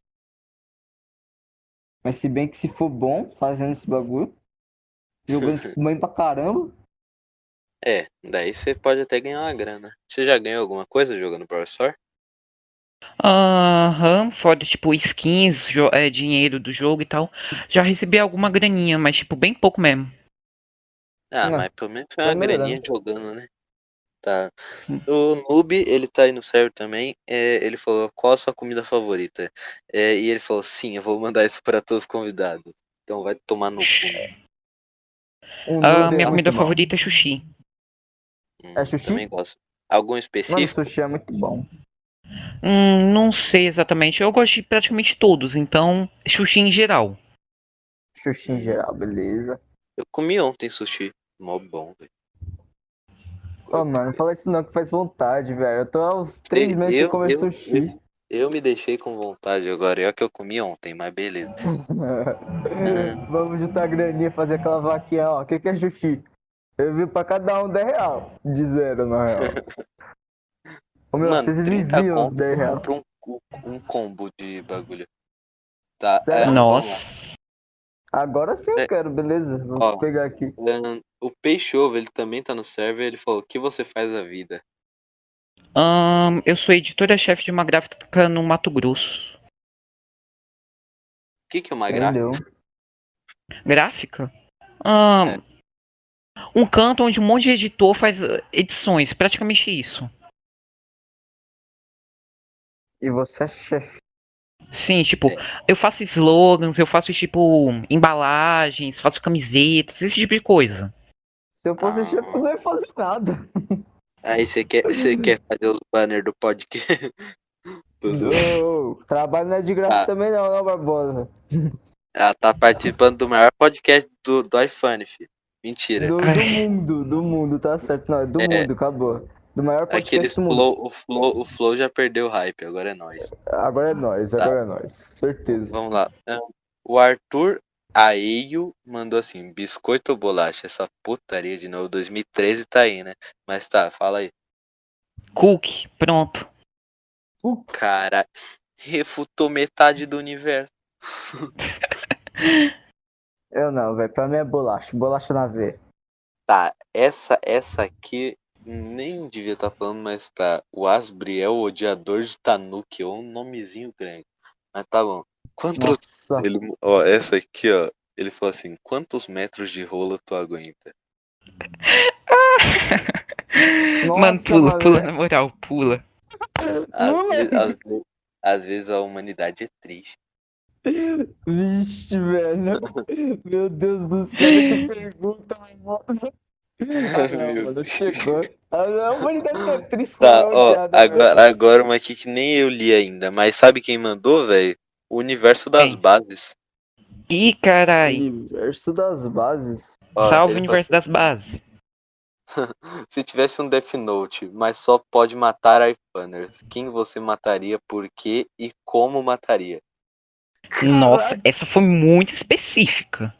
B: Mas se bem que se for bom fazendo esse bagulho, jogando tipo bem pra caramba,
A: É, daí você pode até ganhar uma grana. Você já ganhou alguma coisa jogando Brawl Stars?
C: Aham, fora, tipo, skins, jo- é, dinheiro do jogo e tal. Já recebi alguma graninha, mas, tipo, bem pouco mesmo.
A: Ah,
B: Não.
A: mas pelo menos foi
B: Tá
A: uma graninha
B: melhorando. Hum.
A: jogando, né? Tá.
C: Sim.
A: O Noob, ele tá aí no server também. é, ele falou, qual a sua comida favorita? É, e ele falou, sim, eu vou mandar isso pra todos os convidados. Então vai tomar no cu.
B: o
C: Ah,
B: noob é
C: minha
B: muito
C: comida
B: bom.
C: favorita é sushi.
A: Hum,
B: É sushi?
A: Também gosto. Algum
B: Mano,
A: específico?
B: sushi é muito bom.
C: Hum, não sei exatamente. Eu gosto de praticamente todos, então, sushi em geral.
B: Sushi
A: É.
B: em geral, beleza.
A: Eu comi ontem sushi. Mó bom, velho.
B: Ô, mano, não fala isso não, que faz vontade, velho. Eu tô há uns três
A: Ei,
B: meses sem
A: eu-
B: comer
A: eu- (laughs)
B: sushi.
A: Eu me deixei com vontade agora. É o que eu comi ontem, mas beleza.
B: (laughs) Vamos juntar a graninha, fazer aquela vaquinha, ó. O que, que é sushi? Eu vi pra cada um 10 real. De zero, na real. Ô, meu,
A: (laughs) Mano,
B: vocês
A: 30
B: viviam os
A: contos
B: 10 real.
A: compra um, cu- um combo de bagulho. Tá,
B: Sério?
A: é, vamos
C: Nossa.
B: Agora sim eu
A: É.
B: quero, beleza? Vou
A: Ó.
B: pegar aqui.
A: lá. Ahn, o Peixovo, ele também tá no server, ele falou, o que você faz da vida?
C: Ahn, eu sou editora-chefe de uma gráfica no Mato Grosso.
A: O que, que é uma gráfica?
B: Entendeu?
C: Gráfica? Ahn, um canto onde um monte de editor faz eh, edições, praticamente isso.
B: E você é chefe.
C: Sim, tipo, eu faço slogans, eu faço, tipo, embalagens, faço camisetas, esse tipo de coisa.
B: Se eu fosse
A: Ah.
B: chefe, eu não ia fazer nada.
A: Aí você quer,
B: (laughs)
A: você quer fazer os banners do podcast? (laughs) Tô zoando.
B: Não, trabalho não é de graça
A: Ah.
B: também não, não, Barbosa.
A: Ela tá participando do maior podcast do, do iPhone, filho. Mentira. (laughs)
B: Do, do
C: Ai.
B: mundo, do mundo, tá certo. Não, é do
A: É.
B: mundo, acabou. Do maior podcast
A: Aqueles
B: do mundo.
A: flow, o flow, o flow já perdeu o hype, agora é nóis.
B: Agora é nós,
A: tá.
B: agora é nós. Certeza.
A: Vamos lá. Ahn, O Arthur Aeio mandou assim: biscoito ou bolacha? Essa putaria de novo, 2013 tá aí, né? Mas tá, fala aí.
C: Cook, pronto.
A: Cara, refutou metade do universo.
B: Eu não, velho. Pra mim é bolacha. Bolacha na V.
A: Tá, essa, essa aqui nem devia estar falando, mas tá. O Asbriel, odiador de Tanuki, ou um nomezinho grande. Mas tá bom. Quantos
B: Nossa.
A: Ele, ó, essa aqui, ó. Ele falou assim: quantos metros de rola tu aguenta?
B: Nossa,
C: Mano, pula,
B: mano.
C: pula, na moral, pula.
A: Às,
B: Não, é.
A: ve-
B: mas-
A: às ve- às vezes a humanidade é triste.
B: Vixe, velho. Meu Deus do céu,
A: (laughs)
B: que pergunta, nossa. Ah, não,
A: Meu
B: mano, chegou. Ah, não, vou ligar que
A: (laughs)
B: é triste.
A: Tá,
B: não,
A: ó,
B: piada, velho.
A: agora, agora uma aqui que nem eu li ainda, mas sabe quem mandou, velho? O universo das
C: Quem?
A: bases.
C: Ih,
B: Hum,
C: carai.
B: Universo das bases.
A: Ó,
C: Salve o
A: ele
C: universo das bases.
A: falou assim, Se tivesse um Death Note, mas só pode matar iPhoners, quem você mataria, por quê e como mataria?
C: Nossa, essa foi muito específica.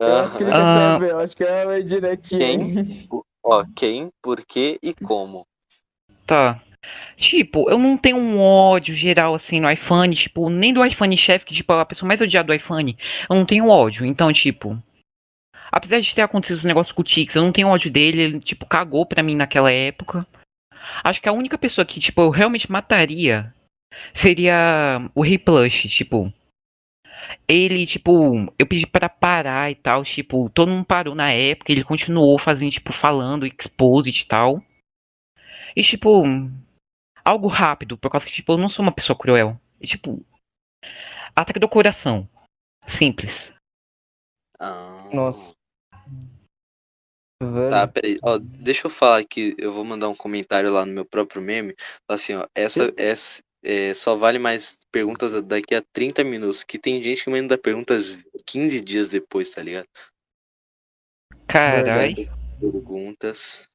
B: Eu acho que ele quer
C: Ah.
B: saber, eu acho que é uma indiretinha.
A: Quem? Ó, quem, por quê e como?
C: Tá. Tipo, eu não tenho um ódio geral assim no iPhone, tipo, nem do iPhone chefe, que tipo, é a pessoa mais odiada do iPhone, eu não tenho ódio. Então, tipo, apesar de ter acontecido esse negócio com o Tix, eu não tenho ódio dele, ele, tipo, cagou pra mim naquela época. Acho que a única pessoa que, tipo, eu realmente mataria seria o Rei Plush, tipo. Ele, tipo, eu pedi pra parar e tal, tipo, todo mundo parou na época, ele continuou fazendo, tipo, falando, exposit e tal. E, tipo, algo rápido, por causa que, tipo, eu não sou uma pessoa cruel. E, tipo, ataque do coração. Simples.
A: Ah.
B: Nossa. Velho.
A: Tá, peraí. Ó, deixa eu falar aqui. Eu vou mandar um comentário lá no meu próprio meme. Fala Assim, ó, essa, essa é, só vale mais perguntas daqui a 30 minutos. Que tem gente que manda perguntas 15 dias depois, tá ligado?
C: Carai.
B: Verdade.
A: Perguntas.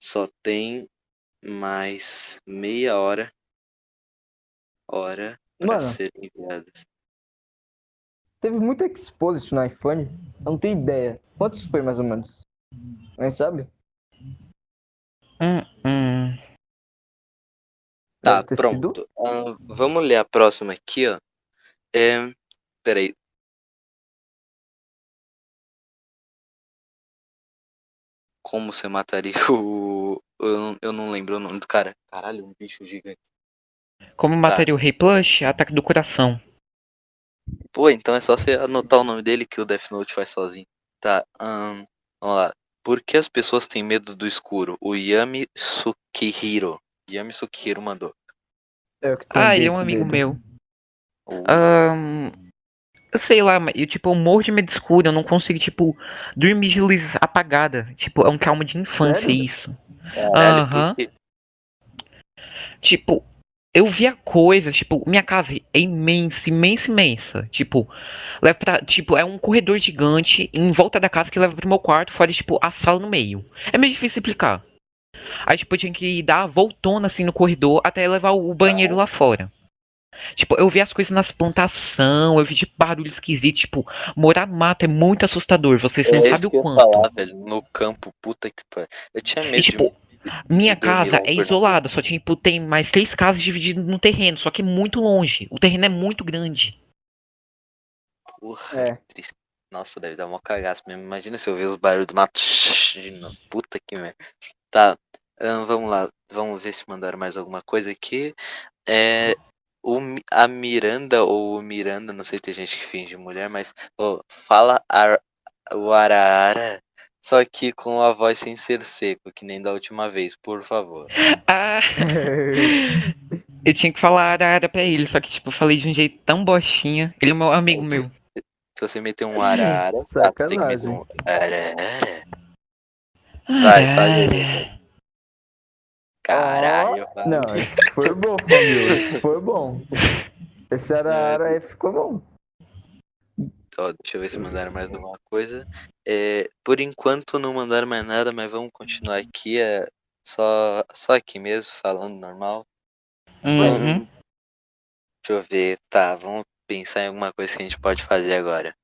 A: Só tem mais meia hora. Hora pra
B: Mano.
A: serem enviadas.
B: Teve muito exposit no iPhone. Eu não tenho ideia. Quantos foi mais ou menos? Nem sabe?
C: Hum, hum.
A: Tá,
B: Deve ter
A: pronto. Ah, vamos ler a próxima aqui, ó. É, peraí. Como você mataria (laughs) o. Eu não, eu não lembro o nome do cara. Caralho, um bicho gigante.
C: Como mataria o Rei Plush? Ataque do coração.
A: Pô, então é só você anotar o nome dele que o Death Note faz sozinho. Tá, ahn, vamos lá. Por que as pessoas têm medo do escuro? O Yami Sukihiro. Yami Sukihiro mandou.
B: É o que tem
C: Ah, ele é
B: dentro
C: um amigo
B: dele.
C: meu.
A: O-
C: Ah, Ahn, eu sei lá, mas eu, tipo, eu morro de medo escuro, eu não consigo, tipo, dormir de luz apagada. Tipo, é um trauma de infância
B: Sério?
C: isso.
A: Caralho,
C: aham.
A: por quê?
C: Tipo, eu via coisas, tipo, minha casa é imensa, imensa, imensa. Tipo, leva pra, tipo, é um corredor gigante em volta da casa que leva pro meu quarto, fora, tipo, a sala no meio. É meio difícil explicar. Aí, tipo, eu tinha que dar a voltona, assim, no corredor até levar o banheiro lá fora. Tipo, eu vi as coisas nas plantação, eu vi, tipo, barulho esquisito, tipo, morar no mato é muito assustador, vocês não
A: É isso
C: sabem
A: que eu
C: o
A: ia
C: quanto.
A: falar, velho. No campo, puta que pariu. Eu tinha medo
C: E, tipo, minha
A: de dormir
C: casa
A: lá em
C: é
A: Pernambuco.
C: isolada, só tipo, tem mais três casas divididas num terreno, só que é muito longe. O terreno é muito grande.
A: de. Porra,
B: (laughs) É.
A: triste. Nossa, deve dar (laughs) uma cagaço mesmo. Imagina se eu ver os barulhos do mato. de novo. Puta que merda. Tá. Ah, vamos lá, vamos ver se mandaram mais alguma coisa aqui. É, o, Mi- a Miranda ou o Miranda, não sei, tem gente que finge mulher, mas ó, fala ar, o Araara, só que com a voz sem ser seco, que nem da última vez, por favor.
C: (laughs) Ah, eu tinha que falar arara pra ele, só que tipo, eu falei de um jeito tão bostinha. Ele é meu amigo meu.
A: Se você meter
C: (laughs)
A: um Araara, tá, tu tem que meter um Araara. Vai, faz aí.
C: Arara.
A: Caralho, vai.
B: Não, esse foi bom, família. Esse foi bom. Esse era, era aí, ficou bom.
A: Ó, deixa eu ver se mandaram mais alguma coisa. É, por enquanto não mandaram mais nada, mas vamos continuar aqui. É, só, só aqui mesmo, falando normal.
C: Uhum.
A: Hum, Deixa eu ver. Tá, vamos pensar em alguma coisa que a gente pode fazer agora.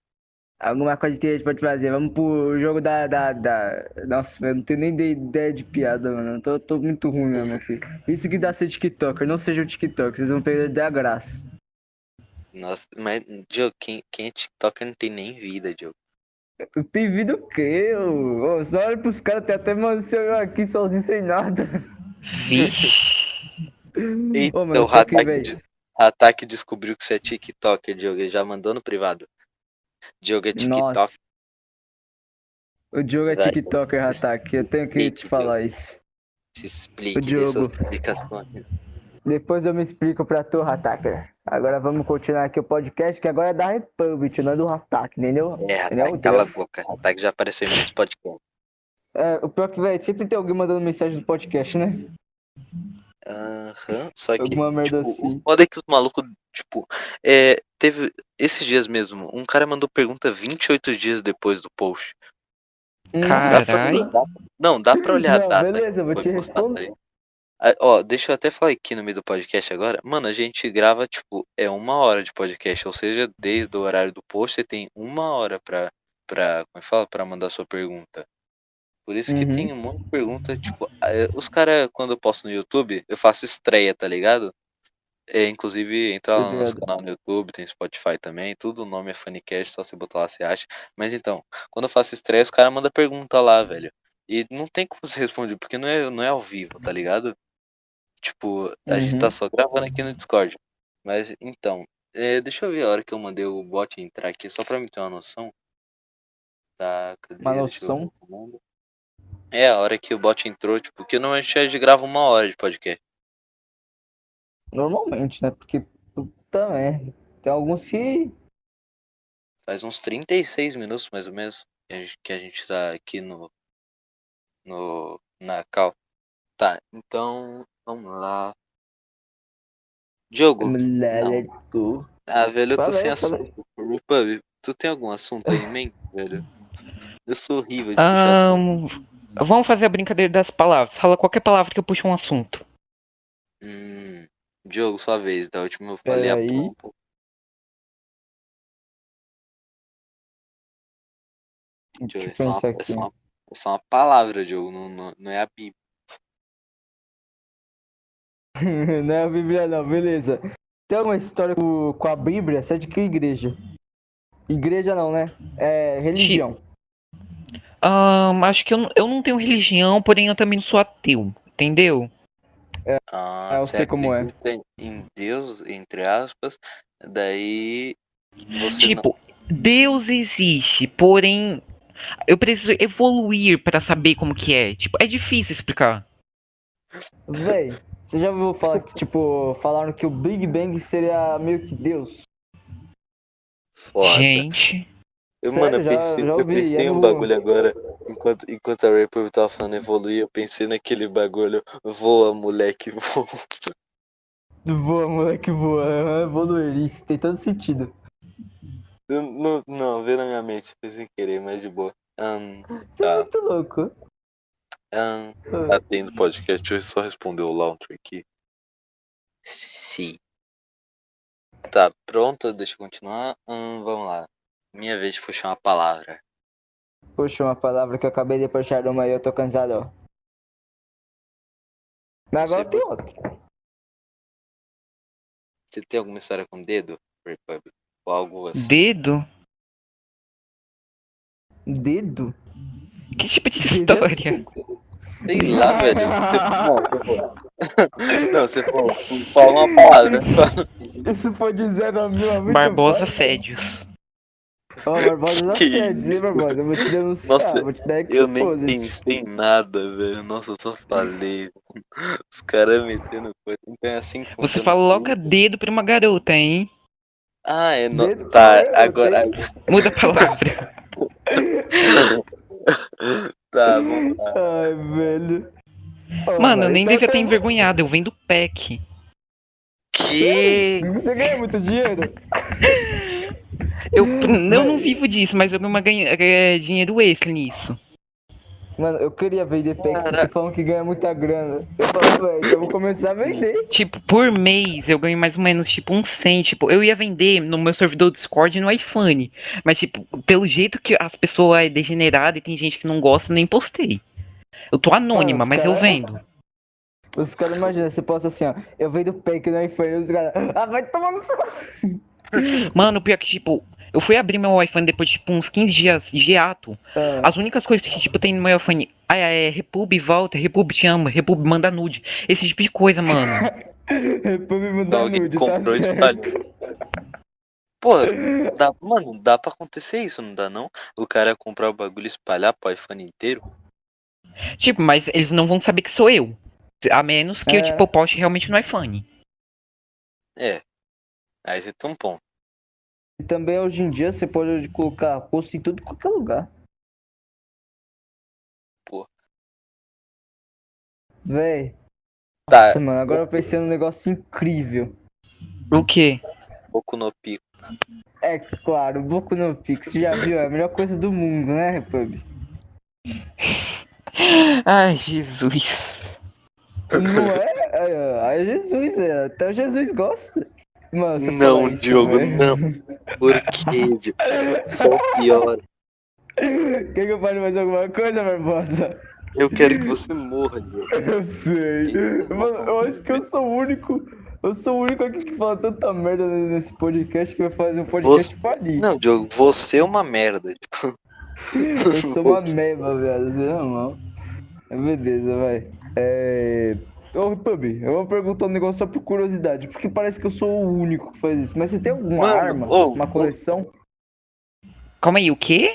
B: Alguma coisa que a gente pode fazer. Vamos pro jogo da. da, da... Nossa, eu não tenho nem de- ideia de piada, mano. Eu tô, tô muito ruim mesmo aqui. Isso que dá ser TikToker. Não seja o TikTok, vocês vão perder a graça.
A: Nossa, mas, Diogo, quem, quem é TikToker não tem nem vida, Diogo.
B: Eu tenho vida o quê? ô? Ô, só olha pros caras, tem até mano seu eu aqui sozinho sem nada. (laughs)
C: Vixe.
A: Eita,
B: Hum. Ô, mano,
A: o
B: eu tô aqui,
A: Hatak,
B: velho.
A: de- Hatak descobriu que você é TikToker, Diogo. Ele já mandou no privado. Diogo é TikToker.
B: Nossa. O Diogo é
A: Vai.
B: TikToker, Hatak. Eu tenho que
A: Ei,
B: te falar isso.
A: Se explique,
B: O
A: dê suas
B: Diogo.
A: explicações.
B: Depois eu me explico pra tu, Hataker. Agora vamos continuar aqui o podcast, que agora é da Republic, não é do Hatak, entendeu?
A: É,
B: Ele é
A: Hatak,
B: o
A: cala a
B: Deus.
A: boca. Hatak já apareceu em muitos podcasts.
B: É, o pior que, velho, sempre tem alguém mandando mensagem no podcast, né?
A: Aham, só que.
B: Alguma merda
A: tipo,
B: assim.
A: o foda é que os malucos, tipo, é, teve esses dias mesmo, um cara mandou pergunta 28 dias depois do post. Dá pra-
C: Carai.
A: dá- não, dá pra olhar a
B: Hum. Não,
A: data.
B: beleza, eu vou
A: Foi
B: te
A: postado
B: responder.
A: aí. Ah, Ó, deixa eu até falar aqui no meio do podcast agora. Mano, a gente grava, tipo, é uma hora de podcast. Ou seja, desde o horário do post, você tem uma hora pra, pra como é que fala? Pra mandar sua pergunta. Por isso que
B: Uhum.
A: tem um monte de pergunta, tipo, ah, eu- os caras, quando eu posto no YouTube, eu faço estreia, tá ligado? É, inclusive, entra lá no nosso
B: Obrigado.
A: canal no YouTube, tem Spotify também, tudo, o nome é Funnycast, só você botar lá você acha. Mas então, quando eu faço estreia, os caras mandam pergunta lá, velho. E não tem como você (laughs) responder, porque não é, não é ao vivo, tá ligado? Tipo, a gente tá
B: Uhum.
A: só gravando aqui no Discord. Mas então, é, deixa eu ver a hora que eu mandei o bot entrar aqui, só pra me ter uma noção. Tá, cadê?
B: Uma
A: Deixa eu ver
B: noção?
A: o comando. É, a hora que o bot entrou, tipo, porque normalmente a gente grava uma hora de podcast.
B: Normalmente, né? Porque puta merda. Tem alguns que.
A: Faz uns 36 minutos, mais ou menos, que a gente, que a gente tá aqui no, no, na cal. Tá, então, vamos lá. Diogo,
B: Hum, Mulher, tu.
A: ah, velho, eu tô
B: Fala
A: sem
B: aí, fala aí.
A: assunto. Repub, tu tem algum assunto aí em mente, velho? Eu sou horrível de puxar assunto.
C: Ahn, vamos fazer a brincadeira das palavras. Fala qualquer palavra que eu puxo um assunto.
A: Hum, Diogo, sua vez, da última eu falei a
B: Peraí.
A: pompa. Deixa eu ver, é
B: Deixa eu
A: só uma,
B: pensar
A: é
B: aqui.
A: só uma, é só uma palavra, Diogo, não, não, não é a Bíblia.
B: (laughs) não é a Bíblia, não, beleza. Tem uma história com, com a Bíblia? Você é de que igreja? Igreja não, né? É religião.
C: Ahn, acho que eu, n- eu não tenho religião, porém eu também não sou ateu, entendeu?
A: Ah,
B: Ah, eu
A: você
B: sei como é.
A: acredita em- em Deus, entre aspas, daí você não.
C: Tipo, Deus existe, porém eu preciso evoluir pra saber como que é. Tipo, é difícil explicar.
B: Véi, você já ouviu falar que, tipo, falaram que o Big Bang seria meio que Deus?
A: Foda.
C: Gente,
A: Eu,
B: Sério,
A: mano, eu
B: já-
A: pensei,
B: já
A: eu
B: ouvi,
A: pensei
B: é
A: em um
B: no-
A: bagulho agora, enquanto, enquanto a Rapper tava falando evoluir, eu pensei naquele bagulho, voa, moleque, (laughs) voa.
B: Voa, moleque, voa. É Evoluir, isso tem todo sentido.
A: Eu Não, não, veio na minha mente, foi sem querer, mas de boa. Ahn,
B: Você é
A: Tá.
B: muito louco.
A: ahn, tá tendo podcast, deixa eu só responder o Launcher aqui. Sim. Tá pronto, deixa eu continuar. Ahn, vamos lá. Minha vez de puxar uma palavra.
B: Puxa uma palavra que eu acabei de puxar uma e eu tô cansado, ó. Mas agora
A: Você
B: tem outra.
A: Você tem alguma história com dedo, Republic? Ou algo assim?
C: dedo?
B: Dedo?
C: Que tipo de
B: Dedo é
C: história?
A: Sei lá, velho. Não, você falou, fala uma palavra.
B: Isso foi de 0 a mil a muito
C: Barbosa
B: fácil.
C: Fédios.
B: Ó,
A: (laughs)
B: Barbosa
A: Que
B: Fed, hein, Barbosa? Eu vou te denunciar,
A: Nossa,
B: vou te dar
A: Eu nem
B: exposed.
A: pensei em nada, velho. Nossa, eu só falei. Os caras metendo coisa. Então é assim que
C: Você
A: funciona
C: fala
A: tudo.
C: logo dedo pra uma garota, hein?
A: Ah, é. No...
B: Dedo
A: Tá,
B: pra ela,
A: agora.
C: Muda a
B: (laughs)
C: palavra.
A: Tá, vamos lá.
B: então. Ai, velho. Ó,
C: Mano, eu
B: mas
C: nem
B: então
C: devia ter
B: tá-
C: envergonhado, eu venho do PEC.
A: Que?
B: Você ganha muito dinheiro? (laughs)
C: Eu, eu não vivo disso, mas eu dou uma ganha, é, dinheiro extra nisso.
B: Mano, eu queria vender pack,
A: Caraca.
B: porque falam que ganha muita grana. Eu falo, velho, eu vou começar a vender.
C: Tipo, por mês eu ganho mais ou menos, tipo, um cento. Tipo, eu ia vender no meu servidor Discord e no iPhone. Mas, tipo, pelo jeito que as pessoas é degenerada e tem gente que não gosta, eu nem postei. Eu tô anônima,
B: os
C: mas eu
B: cara-
C: vendo.
B: Os caras, imagina, você posta assim, ó, eu vendo pack no iPhone, os caras, ah, vai tomar no seu...
C: Mano, pior que, tipo, eu fui abrir meu iPhone depois de, tipo, uns 15 dias de ato.
B: Ah,
C: As únicas coisas que, tipo, tem no meu iPhone ah, é Repub, volta, Repub te ama, Repub manda nude. Esse tipo de coisa,
B: (laughs)
C: mano.
B: Depois É, me mandar
A: Alguém
B: nude, tá
A: comprou e
B: certo.
A: espalhou. Porra, dá, mano, dá pra acontecer isso, não dá não? O cara comprar o bagulho e espalhar pro iPhone inteiro?
C: tipo, mas eles não vão saber que sou eu. A menos que
B: É.
C: eu, tipo, eu poste realmente no iPhone.
A: É. Aí você tem um ponto.
B: E também, hoje em dia, você pode colocar post em tudo, em qualquer lugar.
A: Pô.
B: Véi.
A: Tá.
B: Nossa, mano, agora eu pensei num negócio incrível.
C: O quê?
A: Boku no pico.
B: É claro, Boku no Pix, já viu? É a melhor coisa do mundo, né, Repub?
C: Ai, Jesus.
B: Não é? Ai, ai, Jesus, é. até o Jesus gosta. Mano, você
A: Não,
B: fala isso,
A: Diogo,
B: né?
A: não. Por quê, Diogo? Só pior.
B: (laughs) Quer que eu fale mais alguma coisa, Barbosa?
A: Eu quero que você morra, Diogo.
B: Eu sei. Mano, eu acho que eu sou o único. Eu sou o único aqui que fala tanta merda nesse podcast que vai fazer um podcast falir.
A: Não, Diogo, você é uma merda.
B: Eu
A: (laughs)
B: sou uma meba, viado. Você não é mal. Beleza, vai. É. Ô, Pub, eu vou perguntar um negócio só por curiosidade, porque parece que eu sou o único que faz isso. Mas você tem alguma
A: Mano,
B: arma,
A: ô,
B: uma
A: ô.
B: coleção?
C: Calma aí, o quê?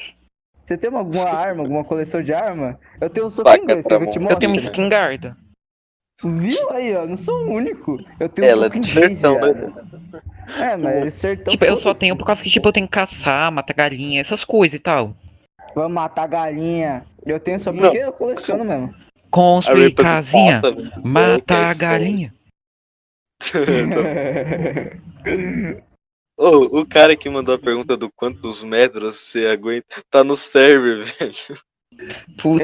B: Você tem
A: (laughs)
B: uma- alguma arma, alguma coleção de arma? Eu tenho um soco
A: Faca
B: inglês,
A: pra
B: que eu vou te
A: mão.
B: mostrar.
C: Eu tenho um uma
A: né?
C: espingarda.
B: Então Viu aí, ó, não sou o único. Eu tenho um
A: Ela é
B: soco
A: de
B: inglês,
A: sertão, né?
B: viado. É, mas é sertão.
C: tipo, eu só
B: foda-se.
C: tenho por causa que, tipo, eu tenho que caçar, matar galinha, essas coisas e tal.
B: Vamos matar galinha. Eu tenho só
A: Não.
B: porque eu
A: (laughs)
B: coleciono mesmo.
C: Construir casinha,
A: Eu
C: matar a
A: quero
C: galinha.
A: É, Ô, o cara que mandou a pergunta do quantos metros você aguenta tá no server, velho.
C: Puta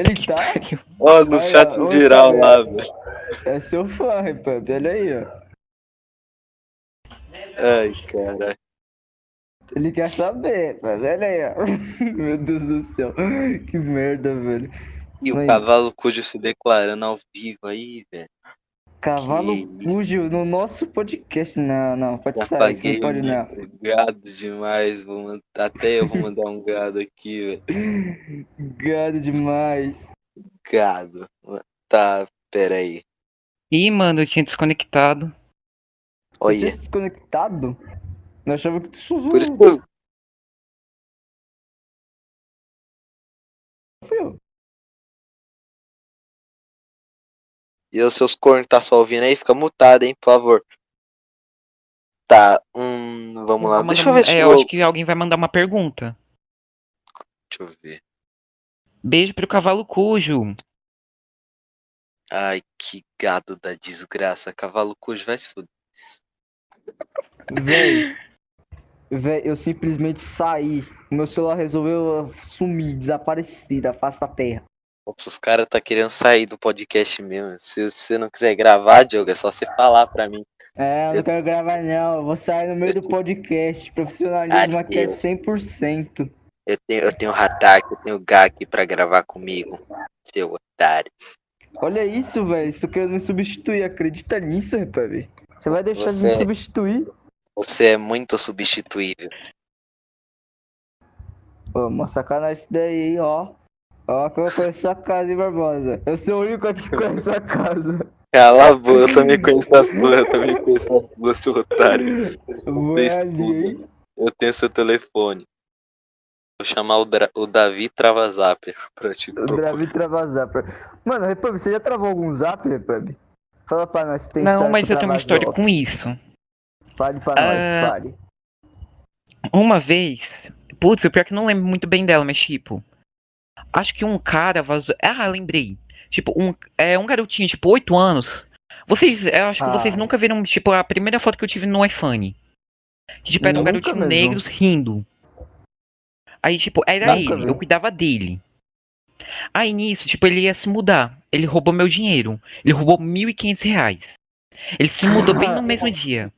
B: (laughs) Ele
C: que
B: tá?
C: pariu.
A: Ó, no
B: Olha,
A: chat
B: ô,
A: geral
B: cara.
A: lá, velho.
B: É seu fã, Repub, olha aí, ó.
A: Ai, cara.
B: Ele quer saber, velho. Olha aí, ó. (laughs) Meu Deus do céu. Que merda, velho.
A: E o
B: Mãe.
A: cavalo cujo se declarando ao vivo aí, velho.
B: Cavalo
A: Que
B: cujo no nosso podcast. Não, não, pode
A: Já
B: sair. Isso
A: paguei
B: não pode,
A: um
B: não.
A: litro. gado demais. Vou man- Até eu vou mandar um gado aqui, velho.
B: Gado demais.
A: Gado. Tá, pera aí.
C: Ih, mano, eu tinha desconectado.
B: Você tinha
A: Olha.
B: se desconectado? Eu achava que tu sussurrou.
A: Por isso que eu-
B: Fio.
A: E os seus cornos tá só ouvindo aí, fica mutado, hein, por favor. Tá, hum, vamos lá.
C: Manda-
A: Deixa eu ver se
C: é,
A: eu...
C: eu acho que alguém vai mandar uma pergunta.
A: Deixa eu ver.
C: Beijo pro cavalo cujo.
A: Ai, que gado da desgraça. Cavalo cujo vai se fuder.
B: Véi. Véi, eu simplesmente saí. Meu celular resolveu sumir, desaparecer da face da terra.
A: Nossa, os caras tá querendo sair do podcast mesmo. Se você não quiser gravar, Diogo, é só você falar pra mim.
B: É, eu não quero gravar, não. Eu vou sair no meio do podcast. Profissionalismo aqui é
A: Adeus.
B: 100%.
A: Eu tenho, eu tenho o Hatak, eu tenho o Gak pra gravar comigo. Seu otário.
B: Olha isso, velho. Isso querendo me substituir. Acredita nisso, Repub? Você vai deixar de me
A: Você-
B: substituir?
A: Você é muito substituível.
B: Pô, uma sacanagem isso daí, hein, ó. Ó, que eu conheço a casa, hein, Barbosa? Eu sou o único aqui que conhece a casa.
A: Cala a boca, eu também conheço as duas, eu também conheço as duas, seu otário.
B: Vou
A: Fez
B: ali, hein?
A: Eu tenho seu telefone. Vou chamar o, Dra- o Davi Trava Zapper pra te
B: Eu
A: procurar.
B: Dravei travar Zapper. Mano, Repub, você já travou algum Zap, Repub? Fala pra nós se tem
C: Não,
B: história
C: mas
B: pra
C: eu tenho uma
B: travar
C: história
B: Zap.
C: com isso.
B: Fale pra
C: Ah.
B: nós, fale.
C: Uma vez, putz, o pior é que eu não lembro muito bem dela, mas tipo, acho que um cara vazou. Ah, lembrei. Tipo, um, é, um garotinho, tipo, 8 anos. Vocês, eu acho que
B: Ah.
C: vocês nunca viram, tipo, a primeira foto que eu tive no iPhone. Que, tipo, era um
B: Nunca
C: garotinho
B: mesmo.
C: negro rindo. Aí, tipo, era
B: Nunca
C: ele,
B: vi.
C: eu cuidava dele. Aí nisso, tipo, ele ia se mudar. Ele roubou meu dinheiro. Ele roubou 1.500 reais. Ele se mudou bem no
B: Ah.
C: mesmo dia.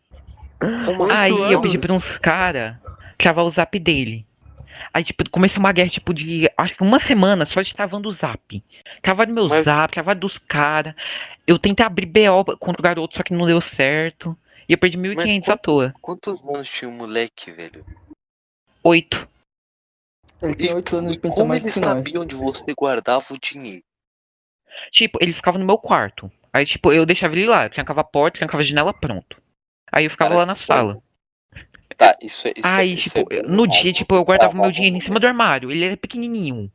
A: Como
B: Oito
C: Aí eu pedi
B: anos?
C: pra uns caras travar o zap dele. Aí, tipo, começou uma guerra, tipo, de acho que uma semana só de travando o zap. Travado meu
A: Mas-
C: zap, travado dos caras. Eu tentei abrir BO contra o garoto, só que não deu certo. E eu perdi 1.500 à toa.
A: Quantos anos tinha o moleque, velho?
C: Oito.
B: Ele
A: E,
B: tem 8 anos
A: e
B: de
A: como
B: pensamento
A: ele
B: que nós.
A: sabia onde você guardava o dinheiro?
C: Tipo, ele ficava no meu quarto. Aí, tipo, eu deixava ele lá. Eu trancava a porta, trancava a janela, pronto. Aí eu ficava
A: Cara,
C: lá na
A: que
C: sala.
A: Tá, isso é. Isso é-
C: Aí,
A: isso
C: tipo,
A: é
C: no
A: normal. Tá
C: dia, tipo, eu guardava
A: Guardava
C: meu dinheiro em cima do armário. Ele era pequenininho.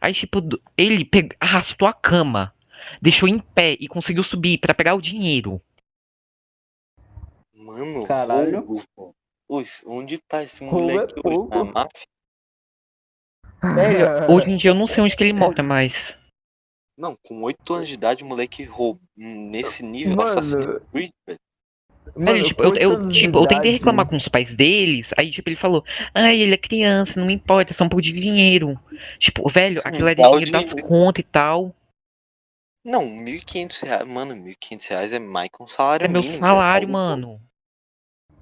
C: Aí, tipo, do- ele pe- arrastou a cama, deixou em pé e conseguiu subir pra pegar o dinheiro.
A: Mano,
B: Caralho.
A: roubo, pô. Pois, onde tá esse
B: Roubo é
A: moleque hoje?
B: pouco.
A: Na máfia?
B: (laughs) É,
C: Hoje em dia eu não sei onde que ele mora, mas.
A: Não, com 8 anos de idade, o moleque roubou. hum, Nesse nível, assassino
B: mano,
A: Creed, velho.
B: mano,
C: Ele, tipo, eu,
B: oito
C: eu,
B: anos de
C: tipo, eu tentei
B: idade.
C: reclamar com os pais deles, aí, tipo, ele falou: Ai, ele é criança, não importa, são um pouco de dinheiro. Tipo, velho,
A: Sim,
C: aquilo era
A: dá o
C: dinheiro das
A: dinheiro.
C: contas e tal.
A: Não, 1.500 reais. Mano, 1.500 reais é mais que um salário
C: É meu
A: mínimo.
C: salário,
A: velho.
C: mano.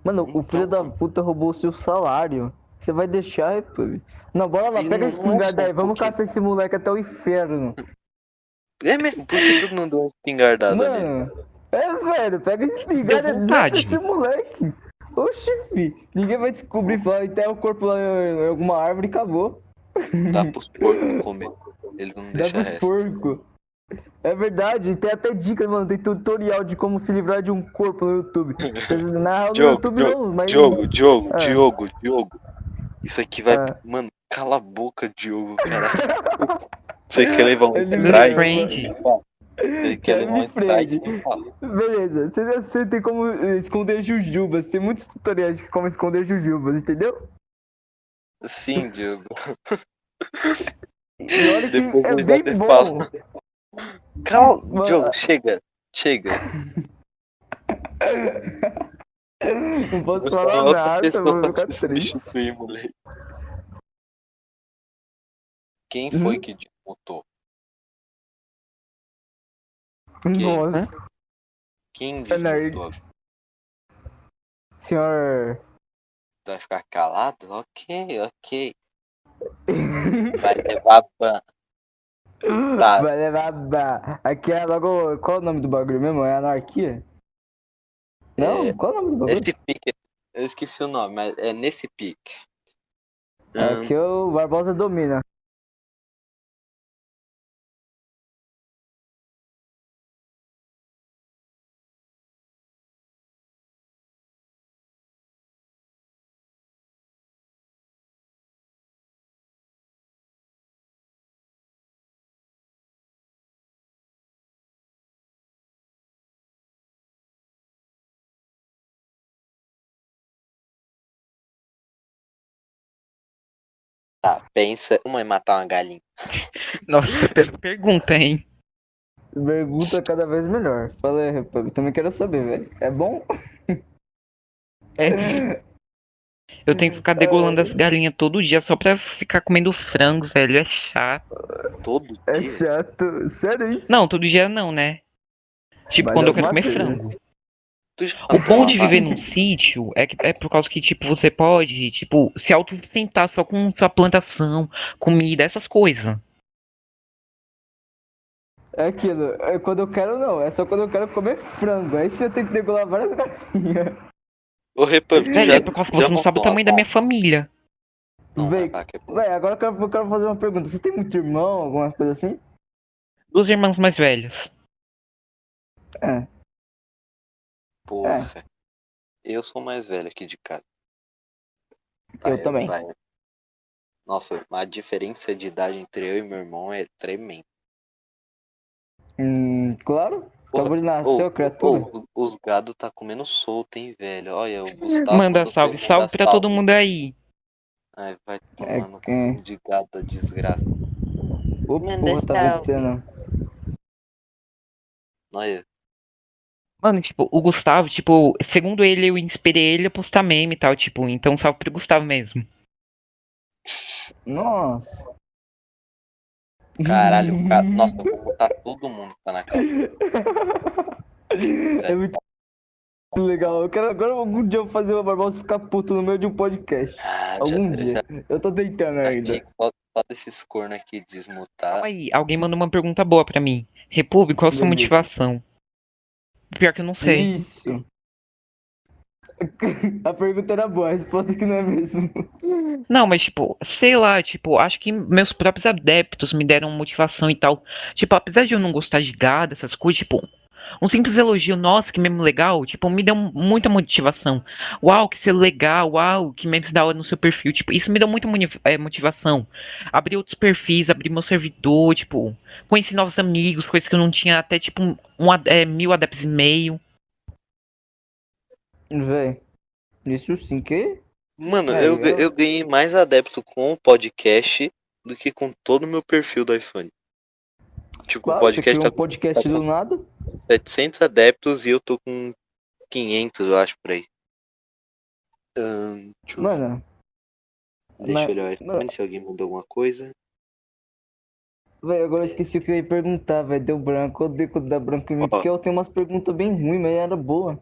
B: Mano, o
A: Então,
B: filho da
A: mano.
B: puta roubou o seu salário. Você vai deixar, Repub? Não, bora lá,
A: E
B: pega
A: não
B: esse espingarda
A: é só
B: aí, vamos
A: um pouquinho.
B: caçar esse moleque até o inferno.
A: É mesmo? Por que é tu não deu uma espingardada nele?
B: Mano, é velho, pega esse espingarda
C: Deu
B: e
C: vontade.
B: deixa esse moleque. Oxi, fi, ninguém vai
C: Hum.
B: descobrir, vai enterrar o corpo lá em em alguma árvore e acabou.
A: Dá pros porcos comer. Eles não
B: Dá
A: deixam
B: pros
A: resto.
B: porco. É verdade, tem até dica, mano, tem tutorial de como se livrar de um corpo no
C: (laughs)
B: YouTube. Na real, no
A: Diogo,
B: YouTube
A: Diogo,
B: não, mas...
A: Diogo, Diogo,
B: Ah.
A: Diogo, Diogo. Isso aqui vai.
B: Ah.
A: Mano, cala a boca, Diogo,
B: (laughs)
A: cara. Você quer levar um
B: Ele me
A: strike?
C: prende.
A: Você quer
B: Ele
A: levar
B: me
A: um strike?
B: prende.
A: Fala.
B: Beleza, você, você tem como eh, esconder jujubas, tem muitos tutoriais de como esconder jujubas, entendeu?
A: Sim, Diogo.
B: E olha que
A: Depois
B: é
A: nós vai ter
B: bem bom.
A: fala. Calma,
B: (laughs) Mano.
A: Diogo, chega. Chega.
B: (laughs) Não posso
A: Vou
B: falar
A: chamar outra
B: nada,
A: pessoa
B: vou ficar
A: pra te
B: triste.
A: substituir, moleque. Quem foi
B: Hum?
A: que desmutou?
B: Nossa,
A: Quem
B: É nerd.
A: desmutou?
B: senhor.
A: Vai ficar calado? Ok, ok.
B: (laughs)
A: Vai levar ban. Tá.
B: Vai levar. ba- Aqui é logo. Qual é o nome do bagulho mesmo? É anarquia? Não,
A: É,
B: qual é o nome do bagulho?
A: Nesse pique, eu esqueci o nome, mas é nesse pique. Hum, Ahn,
B: Aqui é o Barbosa domina.
A: tá, pensa. Uma é matar uma galinha.
C: Nossa, (laughs) per- pergunta, hein?
B: Pergunta cada vez melhor. Fala aí, Repub. Também quero saber, velho. É bom?
C: É. Eu tenho que ficar degolando as galinhas todo dia só pra ficar comendo frango, velho. É chato.
A: Todo
B: É
A: dia.
B: chato. Sério isso?
C: Não, todo dia não, né? Tipo,
B: Mas
C: quando eu quero
B: alguma
C: comer
B: coisa.
C: frango.
A: Tu já
C: O
A: matou
C: bom
A: uma
C: de viver num sítio é, que, é por causa que, tipo, você pode, tipo, se autossustentar só com sua plantação, comida, essas coisas.
B: É aquilo, é quando eu quero não, é só quando eu quero comer frango. Aí se eu tenho que degolar várias (laughs) galinhas.
A: vaca? Ô, Repub, tu
C: Velho,
A: já,
C: é por causa que
A: já
C: você não sabe o
A: matou uma
C: tamanho da minha família.
A: Não,
B: Véi,
A: Babaca é bom.
B: Véi, agora eu quero, eu quero fazer uma pergunta. Você tem muito irmão, alguma coisa assim?
C: Dos irmãos mais velhos.
B: É.
A: Porra. Eu sou o mais velho aqui de casa. Ah, é
B: Eu também.
A: vai. Nossa, a diferença de idade entre eu e meu irmão é tremenda.
B: Hum, claro.
A: Porra,
B: Acabou de
A: Ô,
B: nascer, criatura.
A: ô, os gado tá comendo solto, hein, velho. Olha, o Gustavo.
C: Manda
A: Tá, você
C: salve,
A: manda
C: salve pra todo mundo aí.
A: Ai, vai
B: É,
A: tomando
B: é.
A: de gado da desgraça.
B: Ô,
A: Manda
B: porra, tá
A: salve.
B: acontecendo.
A: Olha,
C: Mano, tipo, o Gustavo, tipo, segundo ele, eu inspirei ele a postar meme e tal, tipo, então salve pro Gustavo mesmo.
B: Nossa.
A: caralho, o cara. Nossa, eu vou botar todo mundo que tá na casa.
B: (laughs) É muito legal. Eu quero, agora algum dia eu vou fazer o Barbosa ficar puto no meio de um podcast.
A: Ah, já,
B: Algum
A: já
B: dia. Eu tô deitando
A: achei
B: ainda.
A: que só, só desses cornos aqui desmutar.
C: Calma aí, alguém manda uma pergunta boa pra mim. República, qual a sua
B: Beleza. Hum.
C: motivação? Pior que eu não sei.
B: Isso. (laughs) A pergunta era boa, a resposta é que não é mesmo.
C: Não, mas tipo, sei lá, tipo, acho que meus próprios adeptos me deram motivação e tal. Tipo, apesar de eu não gostar de gado, essas coisas, tipo, um simples elogio, nossa, que meme legal, tipo, me deu muita motivação. Uau, que ser legal, uau, que memes da hora no seu perfil, tipo, isso me deu muita muni- eh, motivação. Abri outros perfis, abri meu servidor, tipo, conheci novos amigos, coisas que eu não tinha até, tipo, um, um ad- eh, mil adeptos e meio.
B: Véi. Isso sim que?
A: Mano,
B: É,
A: eu,
B: eu-
A: eu ganhei mais adepto com o podcast do que com todo o meu perfil do iPhone. Tipo, o
B: Claro, você
A: podcast
B: criou
A: tá
B: um podcast do nada.
A: com 700 adeptos e eu tô com 500, eu acho, por aí. Ahn, deixa eu,
B: Mano,
A: deixa eu
B: mas-
A: olhar o iPhone se alguém mandou alguma coisa.
B: véi, agora eu esqueci o que eu ia perguntar, velho. Deu branco, eu odeio quando dá branco em mim,
A: Ó.
B: porque eu tenho umas perguntas bem ruins, mas era boa.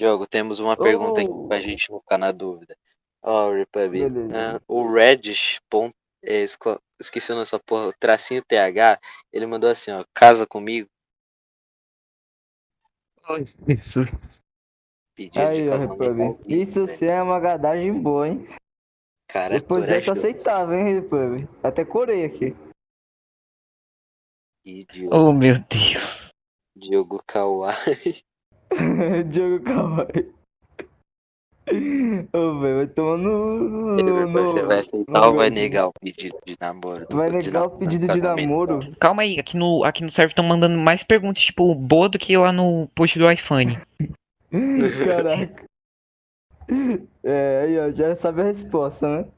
A: Diogo, temos uma pergunta aqui
B: Oh.
A: pra gente não ficar na dúvida. Ó, Republic.
B: Beleza.
A: ah, o Reddish, pon- é, excla- esqueci o nome dessa porra, o tracinho TH, ele mandou assim, ó, casa comigo,
C: Isso.
A: pedido
B: Aí,
A: de
B: ó,
A: casamento.
B: Repub.
A: ao vivo,
B: Isso
A: velho.
B: sim é uma gadagem boa, hein?
A: né? Cara, é
B: Depois
A: coragem
B: dessa
A: do-
B: aceitava, hein, Repub? Até corei aqui.
A: E Diogo,
C: Oh, meu Deus.
A: Diogo Kauá.
B: (laughs) Diogo Cavalli. Ô, velho, vai tomando no. no- no-
A: (laughs) Você vai
B: no
A: aceitar ou vai
B: meu-
A: negar o pedido de namoro?
B: Vai negar o pedido de
A: casamento. (laughs)
B: namoro?
C: Calma aí, aqui no, aqui no server estão mandando mais perguntas, tipo, boa do que lá no post do iPhone.
B: Caraca. É, aí, ó, já sabe a resposta, né?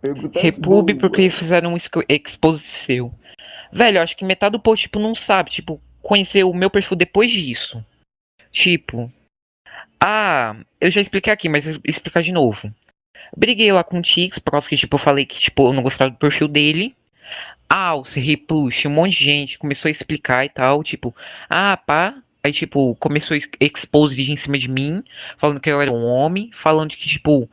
B: Pergunta
C: Repub porque fizeram um exco- expose seu. Velho, eu acho que metade do post, tipo, não sabe, tipo, conhecer o meu perfil depois disso. Tipo, ah, eu já expliquei aqui, mas eu vou explicar de novo. Briguei lá com o Tix, por causa que, tipo, eu falei que, tipo, eu não gostava do perfil dele. Alce, Replush, um monte de gente começou a explicar e tal, tipo, ah, pá. Aí, tipo, começou a ex- expose em cima de mim, falando que eu era um homem, falando que, tipo,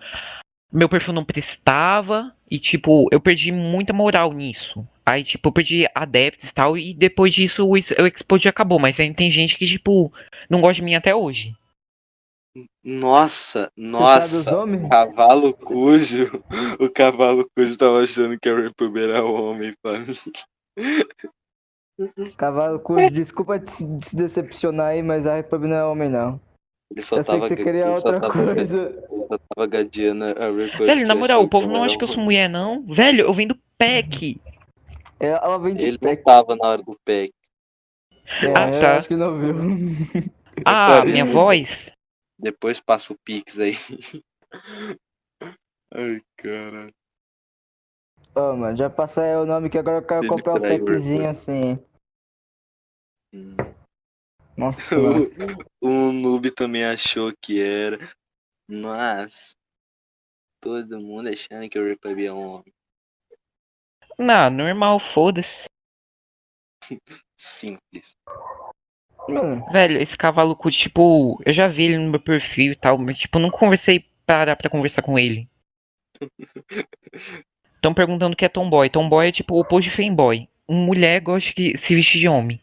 C: meu perfil não prestava, e, tipo, eu perdi muita moral nisso. Aí, tipo, eu perdi adeptos e tal, e depois disso o ex- o expose acabou, mas ainda tem gente que, tipo, não gosta de mim até hoje.
A: Nossa,
B: Você tá sabe os
A: nossa.
B: nomes?
A: Cavalo cujo. O cavalo cujo tava achando que a Repub era homem pra mim.
B: Cavalo Cujo, desculpa te se te decepcionar aí, mas a Repub não é homem, não.
A: Ele só
B: Eu sei que
A: tava
B: você
A: ga-
B: queria
A: ele só
B: outra
A: tava ga-
B: coisa.
A: Ele só tava gadeando a Repub.
C: Velho, na
A: que
C: moral,
A: achou
C: o povo
A: eu
C: não
A: era
C: acha que eu
A: homem.
C: sou mulher, não. Velho, eu vendo pack.
B: É, Ela vem de
A: Ele
B: pé.
A: não tava na hora do pack.
B: É,
C: Ah,
B: eu
C: tá.
B: acho que não viu.
C: Ah,
A: Parei.
C: minha voz.
A: Depois passa o Pix aí. (laughs) Ai, cara.
B: Ô, mano, já passei aí o nome que agora eu quero
A: Ele
B: comprar um
A: traiu,
B: packzinho assim. Nossa,
A: (laughs)
B: mano.
A: O, o noob também achou que era. Nossa. Todo mundo achando que o Repub é um homem.
C: Não, normal, foda-se.
A: Simples.
B: Mano,
C: Velho, esse cavalo cu, tipo, eu já vi ele no meu perfil e tal, mas tipo, não conversei parar pra conversar com ele. Estão perguntando o que é tomboy. Tomboy é tipo o oposto de fanboy. Uma mulher gosta que se vestir de homem.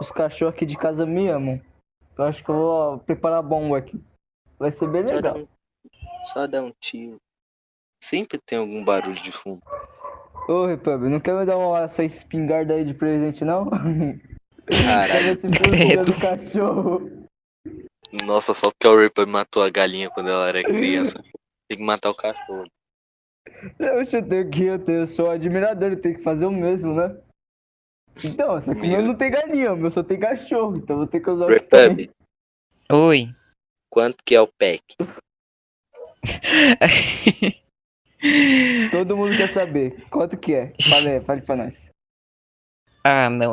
B: os cachorros aqui de casa me amam. Eu acho que eu vou preparar a bomba aqui. Vai ser bem É legal.
A: Só dá um tiro. Sempre tem algum barulho de fundo.
B: Ô, Repub, não quer me dar uma, essa espingarda aí de presente, não? Quer
A: Caralho. É,
B: ver
A: (laughs)
B: se foi do cachorro.
A: Nossa, só porque o Ripper matou a galinha quando ela era criança. Tem que matar o cachorro.
B: Oxe, eu tenho que, eu, tenho, eu sou admirador, eu tenho que fazer o mesmo, né? Então, só que o meu não tem galinha, o meu só tem cachorro, então vou ter que usar o que tem.
A: Repub,
C: Oi.
A: quanto que é o pack?
B: Todo mundo quer saber. Quanto que é? Fale, aí, fale pra nós.
C: Ah, não.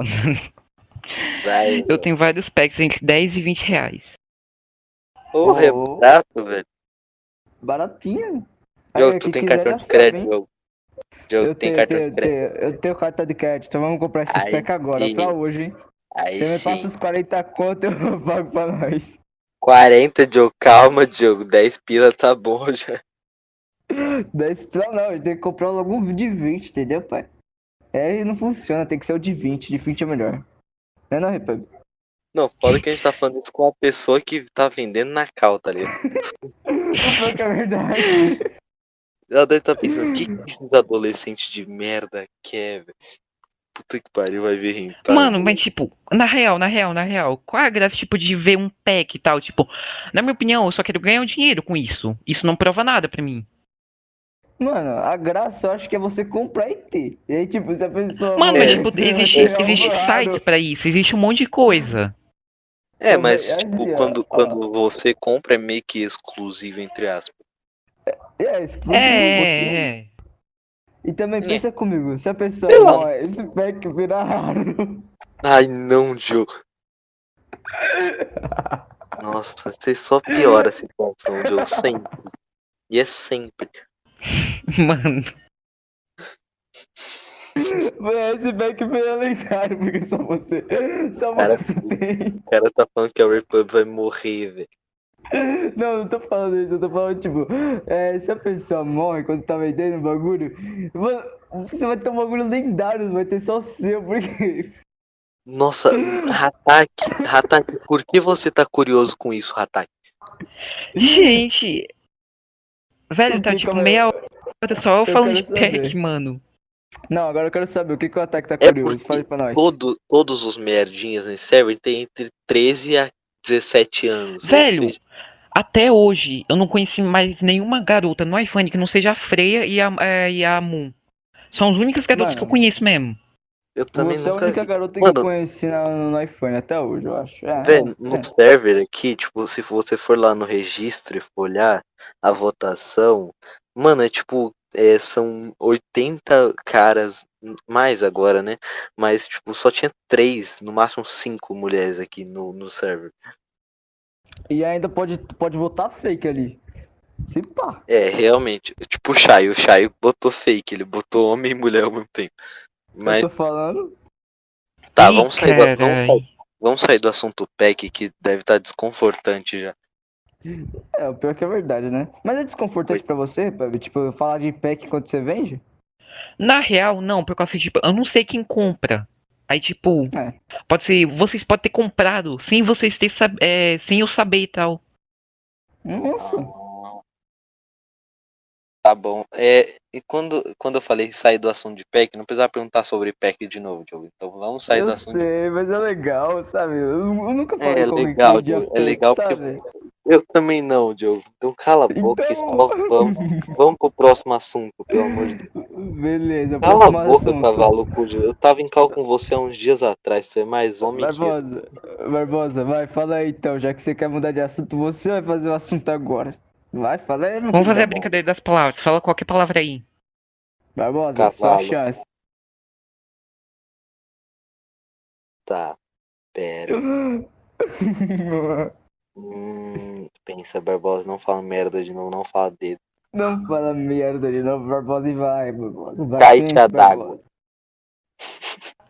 A: Vai.
C: Eu tenho vários packs entre 10 e 20 reais.
A: Ô, rebudato, velho.
B: Baratinho.
A: Jogo,
B: Aí,
A: tu
B: quem
A: tem
B: quiser
A: cartão
B: já
A: de
B: sabe,
A: crédito,
B: hein?
A: Jogo. Jogo, tem
B: Eu tenho,
A: cartão
B: eu
A: de crédito.
B: tenho, eu tenho cartão de crédito, então vamos comprar esses
A: Aí
B: packs agora,
A: sim.
B: pra hoje, hein?
A: Aí
B: Você me
A: sim.
B: passa os 40 conto, (laughs) eu pago pra nós.
A: 40, Diogo. Calma, Diogo. 10 pila tá bom (laughs) já.
B: 10 pila não, a gente tem que comprar logo um de 20, entendeu, pai? É, e não funciona, tem que ser o de 20, de 20 é melhor. Não é (laughs) não, Repub?
A: Não, foda que a gente tá falando isso com uma pessoa que tá vendendo na cal, tá ligado?
B: Pior que é verdade.
A: Ela deve tá pensando, o que, que esses adolescentes de merda quer, velho? Puta que pariu, vai vir rentar.
C: Mano, mas tipo, na real, na real, na real, qual é a graça, tipo, de ver um pack e tal? Tipo, na minha opinião, eu só quero ganhar um dinheiro com isso. Isso não prova nada pra mim.
B: Mano, a graça eu acho que é você comprar e ter. E aí, tipo, se a pessoa. um
C: Mano,
A: É.
C: mas tipo, existe, existe sites pra isso, existe um monte de coisa.
A: É,
B: Então,
A: mas
B: mas, assim,
A: tipo,
B: ó,
A: quando,
B: ó.
A: quando você compra é meio que exclusivo, entre aspas.
B: É, exclusivo.
C: É, é, é.
B: E também
A: É.
B: pensa comigo, se a pessoa.
A: Sei lá.
B: Ó, esse pack vira raro.
A: Ai, não, Diogo. Nossa, você só piora a situação, Diogo, sempre. E é sempre.
C: é. (laughs) Mano,
B: Mano, esse pack vira lendário, porque só você. Só
A: Cara,
B: você tem.
A: O cara tá falando que a Republic vai morrer, velho.
B: Não, não tô falando isso, eu tô falando, tipo, é, se a pessoa morre quando tá vendendo o bagulho, mano, você vai ter um bagulho lendário, vai ter só o seu, porque.
A: Nossa, Hataki, Hataki, por que você tá curioso com isso, Hataki?
C: gente. Velho, tá
B: Porque
C: tipo
B: como eu-
C: meia hora só eu
B: eu
C: falando de
B: quero saber.
C: pack, mano.
B: (laughs) Não, agora eu quero saber o que, que o ataque tá
A: É
B: curioso.
A: porque
B: Fala aí pra nós.
A: Todo, todos os merdinhas nesse server tem entre 13 a 17 anos. ou
C: Velho.
A: seja,
C: Até hoje, eu não conheci mais nenhuma garota no iPhone que não seja a Freya e a, é, e a Moon. São as únicas garotas
B: Mano.
C: que eu conheço mesmo.
A: Eu também
B: você é a
A: nunca
B: única
A: vi.
B: garota que
A: Mano.
B: eu conheci na- no iPhone até hoje, eu acho. É,
A: Velho,
B: é.
A: no server aqui, tipo, se você for lá no registro e for olhar a votação, mano, é tipo, é, são 80 caras, mais agora, né? Mas, tipo, só tinha três, no máximo cinco mulheres aqui no, no server.
B: E ainda pode, pode votar fake ali. Se pá.
A: É, realmente. Tipo, o Shai, o Shai botou fake, ele botou homem e mulher ao mesmo tempo. Mas
B: Eu tô falando.
A: tá,
C: Ih,
A: vamos sair, do, vamos,
C: carai.
A: sair, vamos sair do assunto pack que deve estar desconfortante já.
B: É, o pior que é verdade, né? Mas é desconfortante pra você, Pepe? Tipo, falar de pack quando você vende?
C: Na real, não, porque assim, tipo, eu não sei quem compra. Aí, tipo,
B: É.
C: pode ser, vocês podem ter comprado sem vocês ter sab é, sem eu saber e tal.
B: Nossa.
A: Ah, Tá bom. É, e quando, quando eu falei sair do assunto de pack, não precisava perguntar sobre pack de novo, Diogo. Então vamos sair
B: eu
A: do assunto.
B: sei, mas é legal, sabe? Eu, nu- eu nunca falei
A: É
B: como que
A: legal,
B: vendia
A: Diogo, é
B: pack,
A: legal porque-
B: sabe?
A: Eu também não, Diogo. Então cala a boca e
B: Então-
A: só vamos,
C: (laughs)
A: vamos pro próximo assunto, pelo amor de Deus.
B: Beleza,
A: Cala a
B: próximo
A: boca,
B: assunto.
A: cavalo cujo. Eu tava em cal com você há uns dias atrás, tu é mais homem que eu.
B: Barbosa, Barbosa, vai, fala aí então, já que você quer mudar de assunto, você vai fazer o assunto agora. Vai, fala aí, meu
C: Vamos fazer a
B: filho.
C: brincadeira das palavras, fala qualquer palavra aí.
B: Barbosa, sua
A: Cavalo.
B: chance. (laughs)
A: Tá. Pera. Hum, pensa, Barbosa, não fala merda de novo, não fala dedo.
B: Não fala merda de novo, Barbosa, e vai, Barbosa. Vai,
A: Caixa
B: pensa,
A: d'água.
B: Barbosa.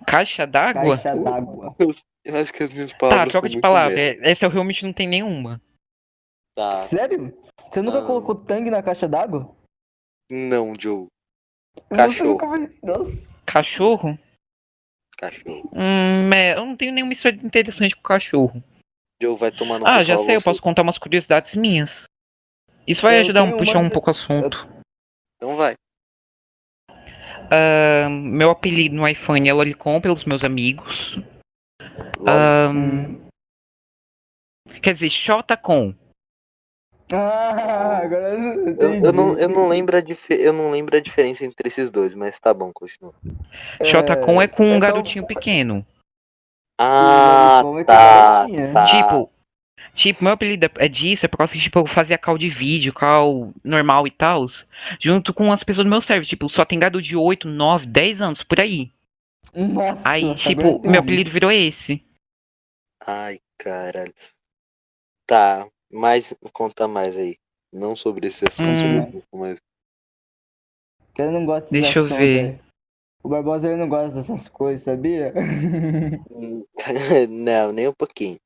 C: Caixa d'água?
B: Caixa d'água.
A: Eu acho que as minhas
C: Tá,
A: palavras.
C: troca de palavra. é- Essa eu realmente não tenho nenhuma.
A: Tá.
B: Sério? Você nunca
A: Ah.
B: colocou tangue na caixa d'água?
A: Não, Joe.
B: Você
A: Cachorro.
B: nunca fez- Nossa.
C: Cachorro?
A: Cachorro.
C: Hum, é, eu não tenho nenhuma história interessante com cachorro.
A: Joe vai tomar no cu, assim.
C: Ah, já
A: só
C: sei, eu
A: você.
C: posso contar umas curiosidades minhas. Isso vai
B: Eu
C: ajudar um,
B: tenho
C: puxar um
B: mais-
C: pouco o assunto.
A: Então vai.
C: Ah, meu apelido no iPhone é Lolicon pelos meus amigos. Ah,
A: Logo.
C: Ahn, quer dizer, Xotacon.
B: Ah, agora eu
A: eu, eu não, eu, não
B: entendi.
A: lembro a dife- eu não lembro a diferença entre esses dois, mas tá bom, continua.
C: Xotacon é com um
B: é só-
C: garotinho pequeno.
A: Ah,
B: como é que
A: tá,
B: é?
A: tá.
C: Tipo, tipo, meu apelido é- é disso, é por causa que tipo, eu fazia call de vídeo, call normal e tal, junto com as pessoas do meu server. Tipo, só tem gado de 8, 9, 10 anos, por aí.
B: Nossa,
C: Aí,
B: agora eu
C: tipo,
B: entendi.
C: meu apelido virou esse.
A: Ai, caralho. Tá, mas conta mais aí. Não sobre esse assunto,
C: Hum.
A: sobre o Goku, mas. (laughs)
B: Eu não gosto
C: Deixa eu
B: dessas
C: ver.
B: coisas, velho. O Barbosa ele não gosta dessas coisas, sabia? (laughs)
A: Não, nem um pouquinho.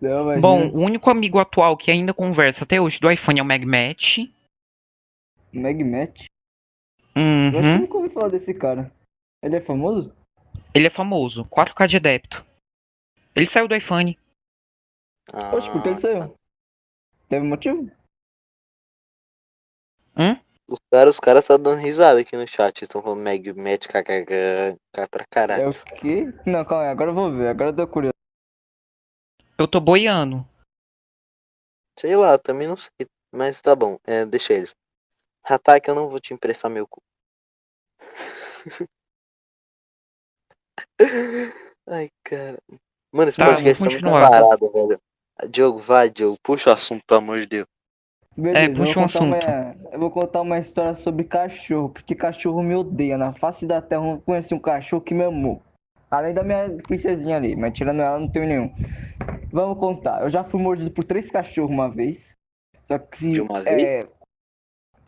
B: Não, imagina.
C: Bom, o único amigo atual que ainda conversa até hoje do iPhone é o MagMatch.
B: Magmatch? Eu acho que eu
C: Uhum.
B: nunca ouvi falar desse cara. Ele é famoso?
C: Ele é famoso, 4K de adepto. Ele saiu do iPhone.
A: Ah,
B: Oxe, por que ele saiu? Teve motivo?
A: Os caras os caras tá dando risada aqui no chat. Estão falando Meg, Matt, kkk, cá pra caralho.
B: É o quê? Não, calma aí, agora eu vou ver, agora eu tô curioso.
C: Eu tô boiando.
A: Sei lá, também não sei. Mas tá bom, é, deixa eles. Hatak, eu não vou te emprestar meu cu. (laughs) Ai, cara. Mano, esse
C: Tá,
A: podcast tá
C: vamos
A: muito
C: continuar.
A: parado, velho. Diogo, vai, Diogo. Puxa o assunto, pelo amor de Deus. (laughs)
B: Beleza,
C: É,
B: eu
C: puxa
B: vou
C: um
B: contar uma- eu vou contar uma história sobre cachorro, porque cachorro me odeia. Na face da terra eu não conheci um cachorro que me amou. Além da minha princesinha ali, mas tirando ela não tenho nenhum. Vamos contar. Eu já fui mordido por três cachorros uma vez. Só que se.
A: De uma
B: é,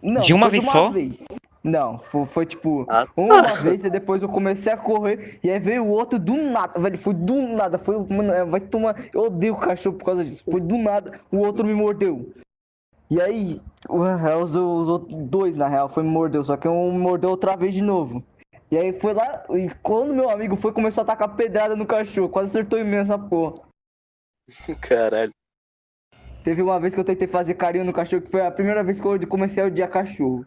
B: Não,
C: De uma
B: foi
C: vez só?
B: vez. Não, fo- foi, tipo.
A: Ah,
B: Uma vez e depois eu comecei a correr e aí veio o outro do nada, velho. Foi do nada. Foi, mano, é, vai tomar. Eu odeio cachorro por causa disso. Foi do nada. O outro me mordeu. E aí, o- os, os outros dois, na real, foi me mordeu. Só que um mordeu outra vez de novo. E aí foi lá. E quando meu amigo foi, começou a tacar pedrada no cachorro. Quase acertou imensa porra.
A: Caralho.
B: Teve uma vez que eu tentei fazer carinho no cachorro, que foi a primeira vez que eu comecei a odiar cachorro.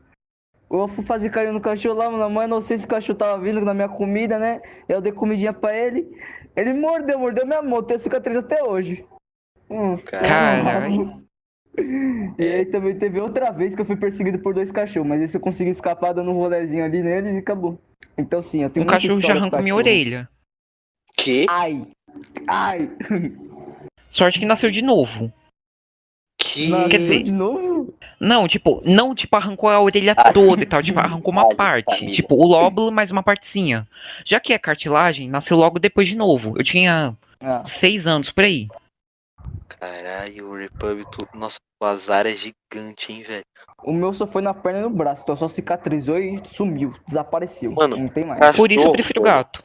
B: Eu fui fazer carinho no cachorro lá, mano, mas não sei se o cachorro tava vindo na minha comida, né? Eu dei comidinha pra ele. Ele mordeu, mordeu minha mão, tem cicatriz até hoje. Hum.
C: Caralho.
B: E aí também teve outra vez que eu fui perseguido por dois cachorros, mas esse eu consegui escapar dando um rolezinho ali neles e acabou. Então sim, eu tenho
C: O
B: muita
C: Um cachorro já
B: história com
C: arrancou minha
B: cachorro.
C: orelha.
A: Que?
B: Ai, ai.
C: Sorte que nasceu de novo.
A: Que?
B: Nasceu
C: Quer dizer-
B: de novo?
C: Não, tipo, não, tipo, arrancou a orelha
A: Ah.
C: toda e tal. Tipo,
B: (laughs)
C: arrancou uma
A: Ai,
C: parte.
A: família.
C: Tipo, o lóbulo mais uma partezinha. Já que é cartilagem, nasceu logo depois de novo. Eu tinha
B: Ah,
C: seis anos por aí.
A: Caralho, o Repub, tu... nossa, o azar é gigante, hein, velho.
B: O meu só foi na perna e no braço, então só cicatrizou e sumiu, desapareceu.
A: Mano,
B: não tem mais.
A: Cachorro,
C: Por isso eu prefiro
A: velho.
C: gato.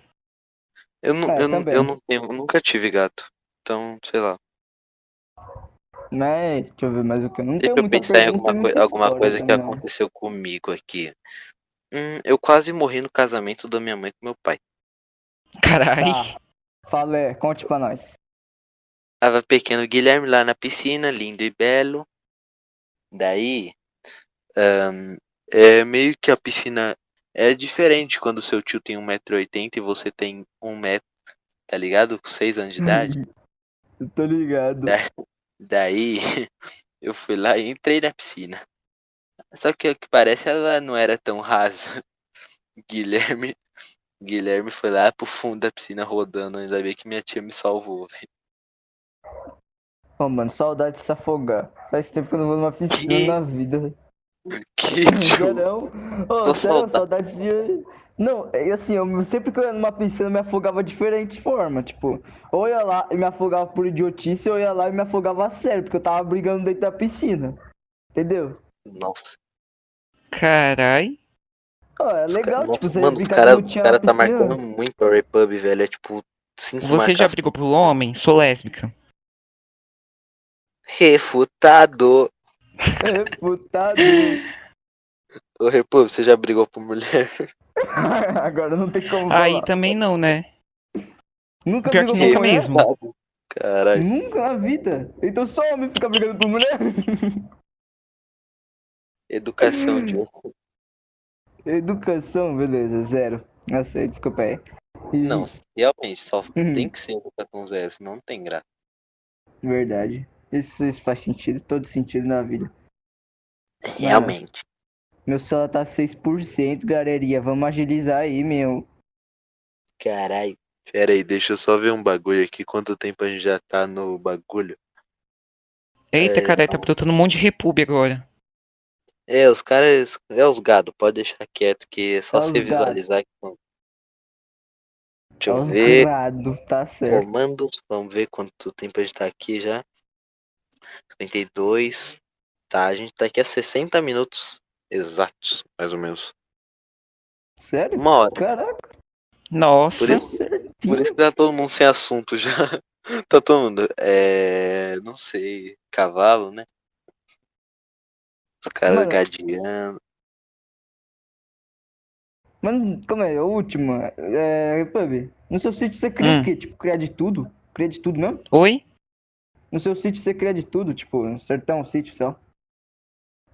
A: Eu não,
B: É,
A: eu, não,
B: também.
A: eu não tenho, eu nunca tive gato. Então, sei lá.
B: Né? Deixa eu ver mais o que eu não
A: Deixa
B: tenho
A: eu
B: muita
A: pensar em
B: pergunta,
A: alguma,
B: muita
A: coi- alguma
B: história
A: coisa que
B: também, né? não.
A: aconteceu comigo aqui. Hum, eu quase morri no casamento da minha mãe com meu pai.
C: Caralho.
B: Tá. Fala, é, conte pra nós.
A: Tava pequeno Guilherme lá na piscina, lindo e belo. Daí, ahn, é meio que a piscina é diferente quando seu tio tem 1,80m e você tem 1 metro, tá ligado? Com 6 anos de idade.
B: Eu tô ligado.
A: É. Daí (laughs) eu fui lá e entrei na piscina. Só que o que parece ela não era tão rasa. (laughs) Guilherme, Guilherme foi lá pro fundo da piscina rodando, ainda bem que minha tia me salvou, velho. (laughs)
B: Ô, mano, saudade de se afogar. Faz tempo que eu não vou numa
A: Que?
B: piscina na vida.
A: Que
B: Não, é
A: tio.
B: não. Ô,
A: Tô
B: sério,
A: saudade.
B: saudade de. Não, é assim, eu sempre que eu ia numa piscina eu me afogava de diferente forma. Tipo, ou eu ia lá e me afogava por idiotice, ou eu ia lá e me afogava a sério, porque eu tava brigando dentro da piscina. Entendeu?
A: Nossa.
C: Caralho.
B: Ó, é
A: os
B: legal,
A: cara-
B: tipo,
A: nossa,
B: você
A: mano, os
B: fica
A: cara,
B: minutinho
A: o cara
B: na
A: tá
B: piscina. (laughs)
A: marcando muito a Repub, velho. É tipo 5
C: Você já brigou pro homem? Sou lésbica.
A: Refutado.
B: é Refutado.
A: Ô Repub, você já brigou por mulher?
B: (laughs) Agora não tem como falar.
C: Aí também não, né?
B: Nunca
C: pior
B: brigou
C: que
B: com
C: nunca
B: mulher?
C: mesmo.
A: (laughs) Caralho.
B: Nunca na vida. Então só homem fica brigando por mulher. (laughs) (clears throat)
A: Educação, um Diogo.
B: Educação, beleza, zero. Eu sei, desculpa aí. E-
A: Não, realmente, só
B: Uhum.
A: tem que ser educação zero, senão não tem graça.
B: Verdade. Isso, isso faz sentido, todo sentido na vida.
A: Realmente.
B: Meu celular tá 6%, galeria. Vamos agilizar aí, meu.
A: Caralho.
D: Pera aí, deixa eu só ver um bagulho aqui. Quanto tempo a gente já tá no bagulho?
C: Eita,
A: É,
C: cara, tá
A: então.
C: brotando um monte de república agora.
A: É, os caras. É os gado, pode deixar quieto que é só
B: Só os
A: você
B: gado.
A: visualizar que vão. Deixa eu
B: Tá
A: ver.
B: zoado, tá certo.
A: Comandos, vamos ver quanto tempo a gente tá aqui já. 52. Tá, a gente tá aqui a 60 minutos exatos.
D: Mais ou menos.
B: Sério?
A: Uma hora.
B: Caraca,
C: Nossa.
A: Por
B: tá
A: isso- Por
B: certinho.
A: isso que tá todo mundo sem assunto já. (laughs) Tá todo mundo. É. Não sei. Cavalo, né? Os caras
B: Mano.
A: gadeando.
B: Mano, como é? A última. É, Pub, no seu sítio você cria
C: Hum.
B: o quê? Tipo, cria de tudo? Cria de tudo mesmo?
C: Oi?
B: No seu sítio você cria de tudo? Tipo, sertão, sítio, sei lá.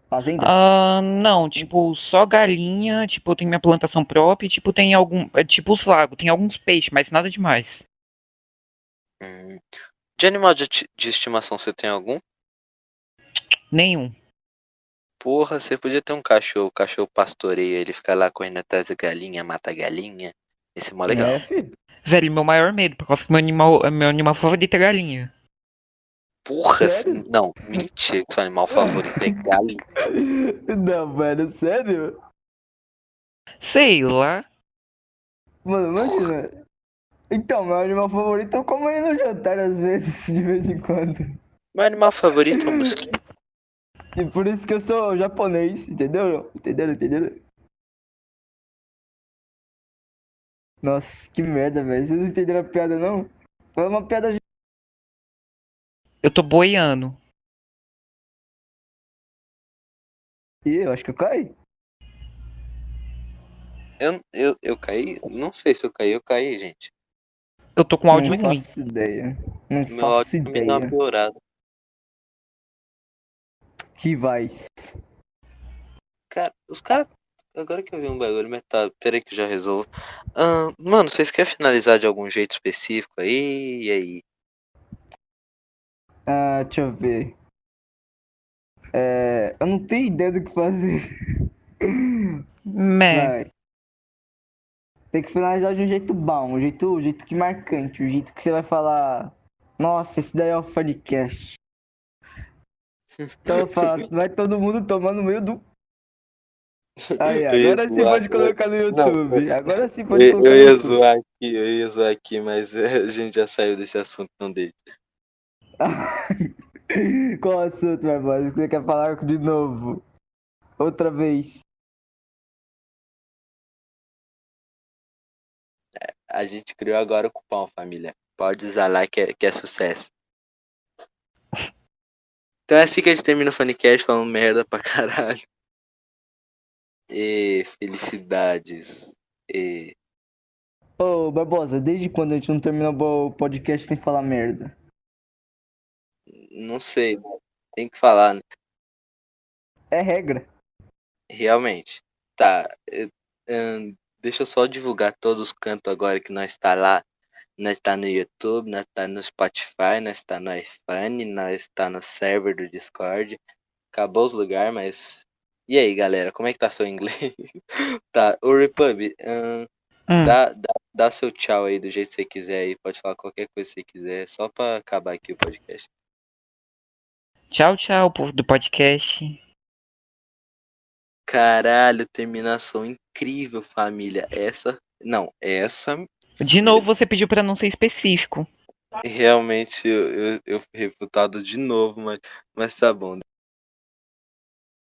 B: Fazenda?
C: Ah, não, tipo, só galinha, tipo, tem minha plantação própria, e, tipo, tem algum, é, tipo, os lagos, tem alguns peixes, mas nada demais.
A: Hum. De animal de, ati- de estimação, você tem algum?
C: Nenhum.
A: Porra, você podia ter um cachorro. O cachorro pastoreia, ele fica lá correndo atrás da galinha, mata a galinha. Esse é mó legal.
B: É, filho. (laughs)
C: Velho, meu maior medo, por causa que meu animal, meu animal favorito é galinha.
A: Porra,
B: Sério?
A: se- não, mentira, que seu animal favorito
B: (laughs)
A: é galinha.
B: Não, mano, sério?
C: Sei lá.
B: Mano, imagina. Então, meu animal favorito eu como ele no jantar às vezes, (laughs) de vez em quando.
A: Meu animal favorito é um mosquito.
B: E por isso que eu sou japonês, entendeu? Entenderam, entenderam? Nossa, que merda, velho. Vocês não entenderam a piada, não? Foi uma piada de...
C: Eu tô boiando.
B: Ih, eu acho que eu caí.
A: Eu, eu, eu caí? Não sei se eu caí, eu caí, gente.
C: Eu tô com Um áudio
B: não
C: ruim.
B: faço ideia. Não
A: Meu
B: faço
A: áudio tá também dá uma
B: ideia.
A: piorada.
B: Rivais.
A: Cara, os caras. Agora que eu vi um bagulho, mas tá, peraí que eu já resolvo. Ahn, mano, vocês querem finalizar de algum jeito específico aí? E aí?
B: Ah, deixa eu ver. É... Eu não tenho ideia do que fazer.
C: Mé.
B: Vai. Tem que finalizar de um jeito bom, um jeito, um jeito que marcante, um jeito que você vai falar. Nossa, esse daí é o Funicast. Então eu
D: (laughs)
B: falo, vai todo mundo tomar no meio do. Aí,
D: Eu ia
B: agora sim
D: zoar,
B: pode
D: eu-
B: colocar no YouTube. Agora sim pode
D: Eu,
B: colocar
D: eu
B: no
D: ia
B: YouTube.
D: zoar aqui, eu ia zoar aqui,
A: (laughs)
D: mas eh, a gente já saiu desse assunto, não dei.
B: (laughs) Qual o assunto, meu irmão? Você quer falar de novo? Outra vez.
A: A gente criou agora o cupom, família. Pode usar lá que é, que é sucesso. Então é assim que a gente termina o Funicast falando merda pra caralho. E felicidades. E
B: Ô, Barbosa, desde quando a gente não terminou o podcast sem falar merda?
A: não sei, mano. tem que falar, né?
B: É regra.
A: Realmente. Tá. eh, ahn, deixa eu só divulgar todos os cantos agora que nós tá lá. Nós tá no YouTube, nós tá no Spotify, nós tá no iPhone, nós tá no server do Discord. Acabou os lugares, mas. E aí, galera, como é que tá seu inglês? (laughs) tá, o Repub, ahn,
C: Hum.
A: dá, dá, dá seu tchau aí do jeito que você quiser aí. Pode falar qualquer coisa que você quiser, é só pra acabar aqui o podcast.
C: Tchau, tchau, povo do podcast.
A: Caralho, terminação incrível, família. Essa. Não, essa
C: De novo, você pediu pra não ser específico.
D: Realmente eu, eu, eu fui refutado de novo, mas, mas tá bom.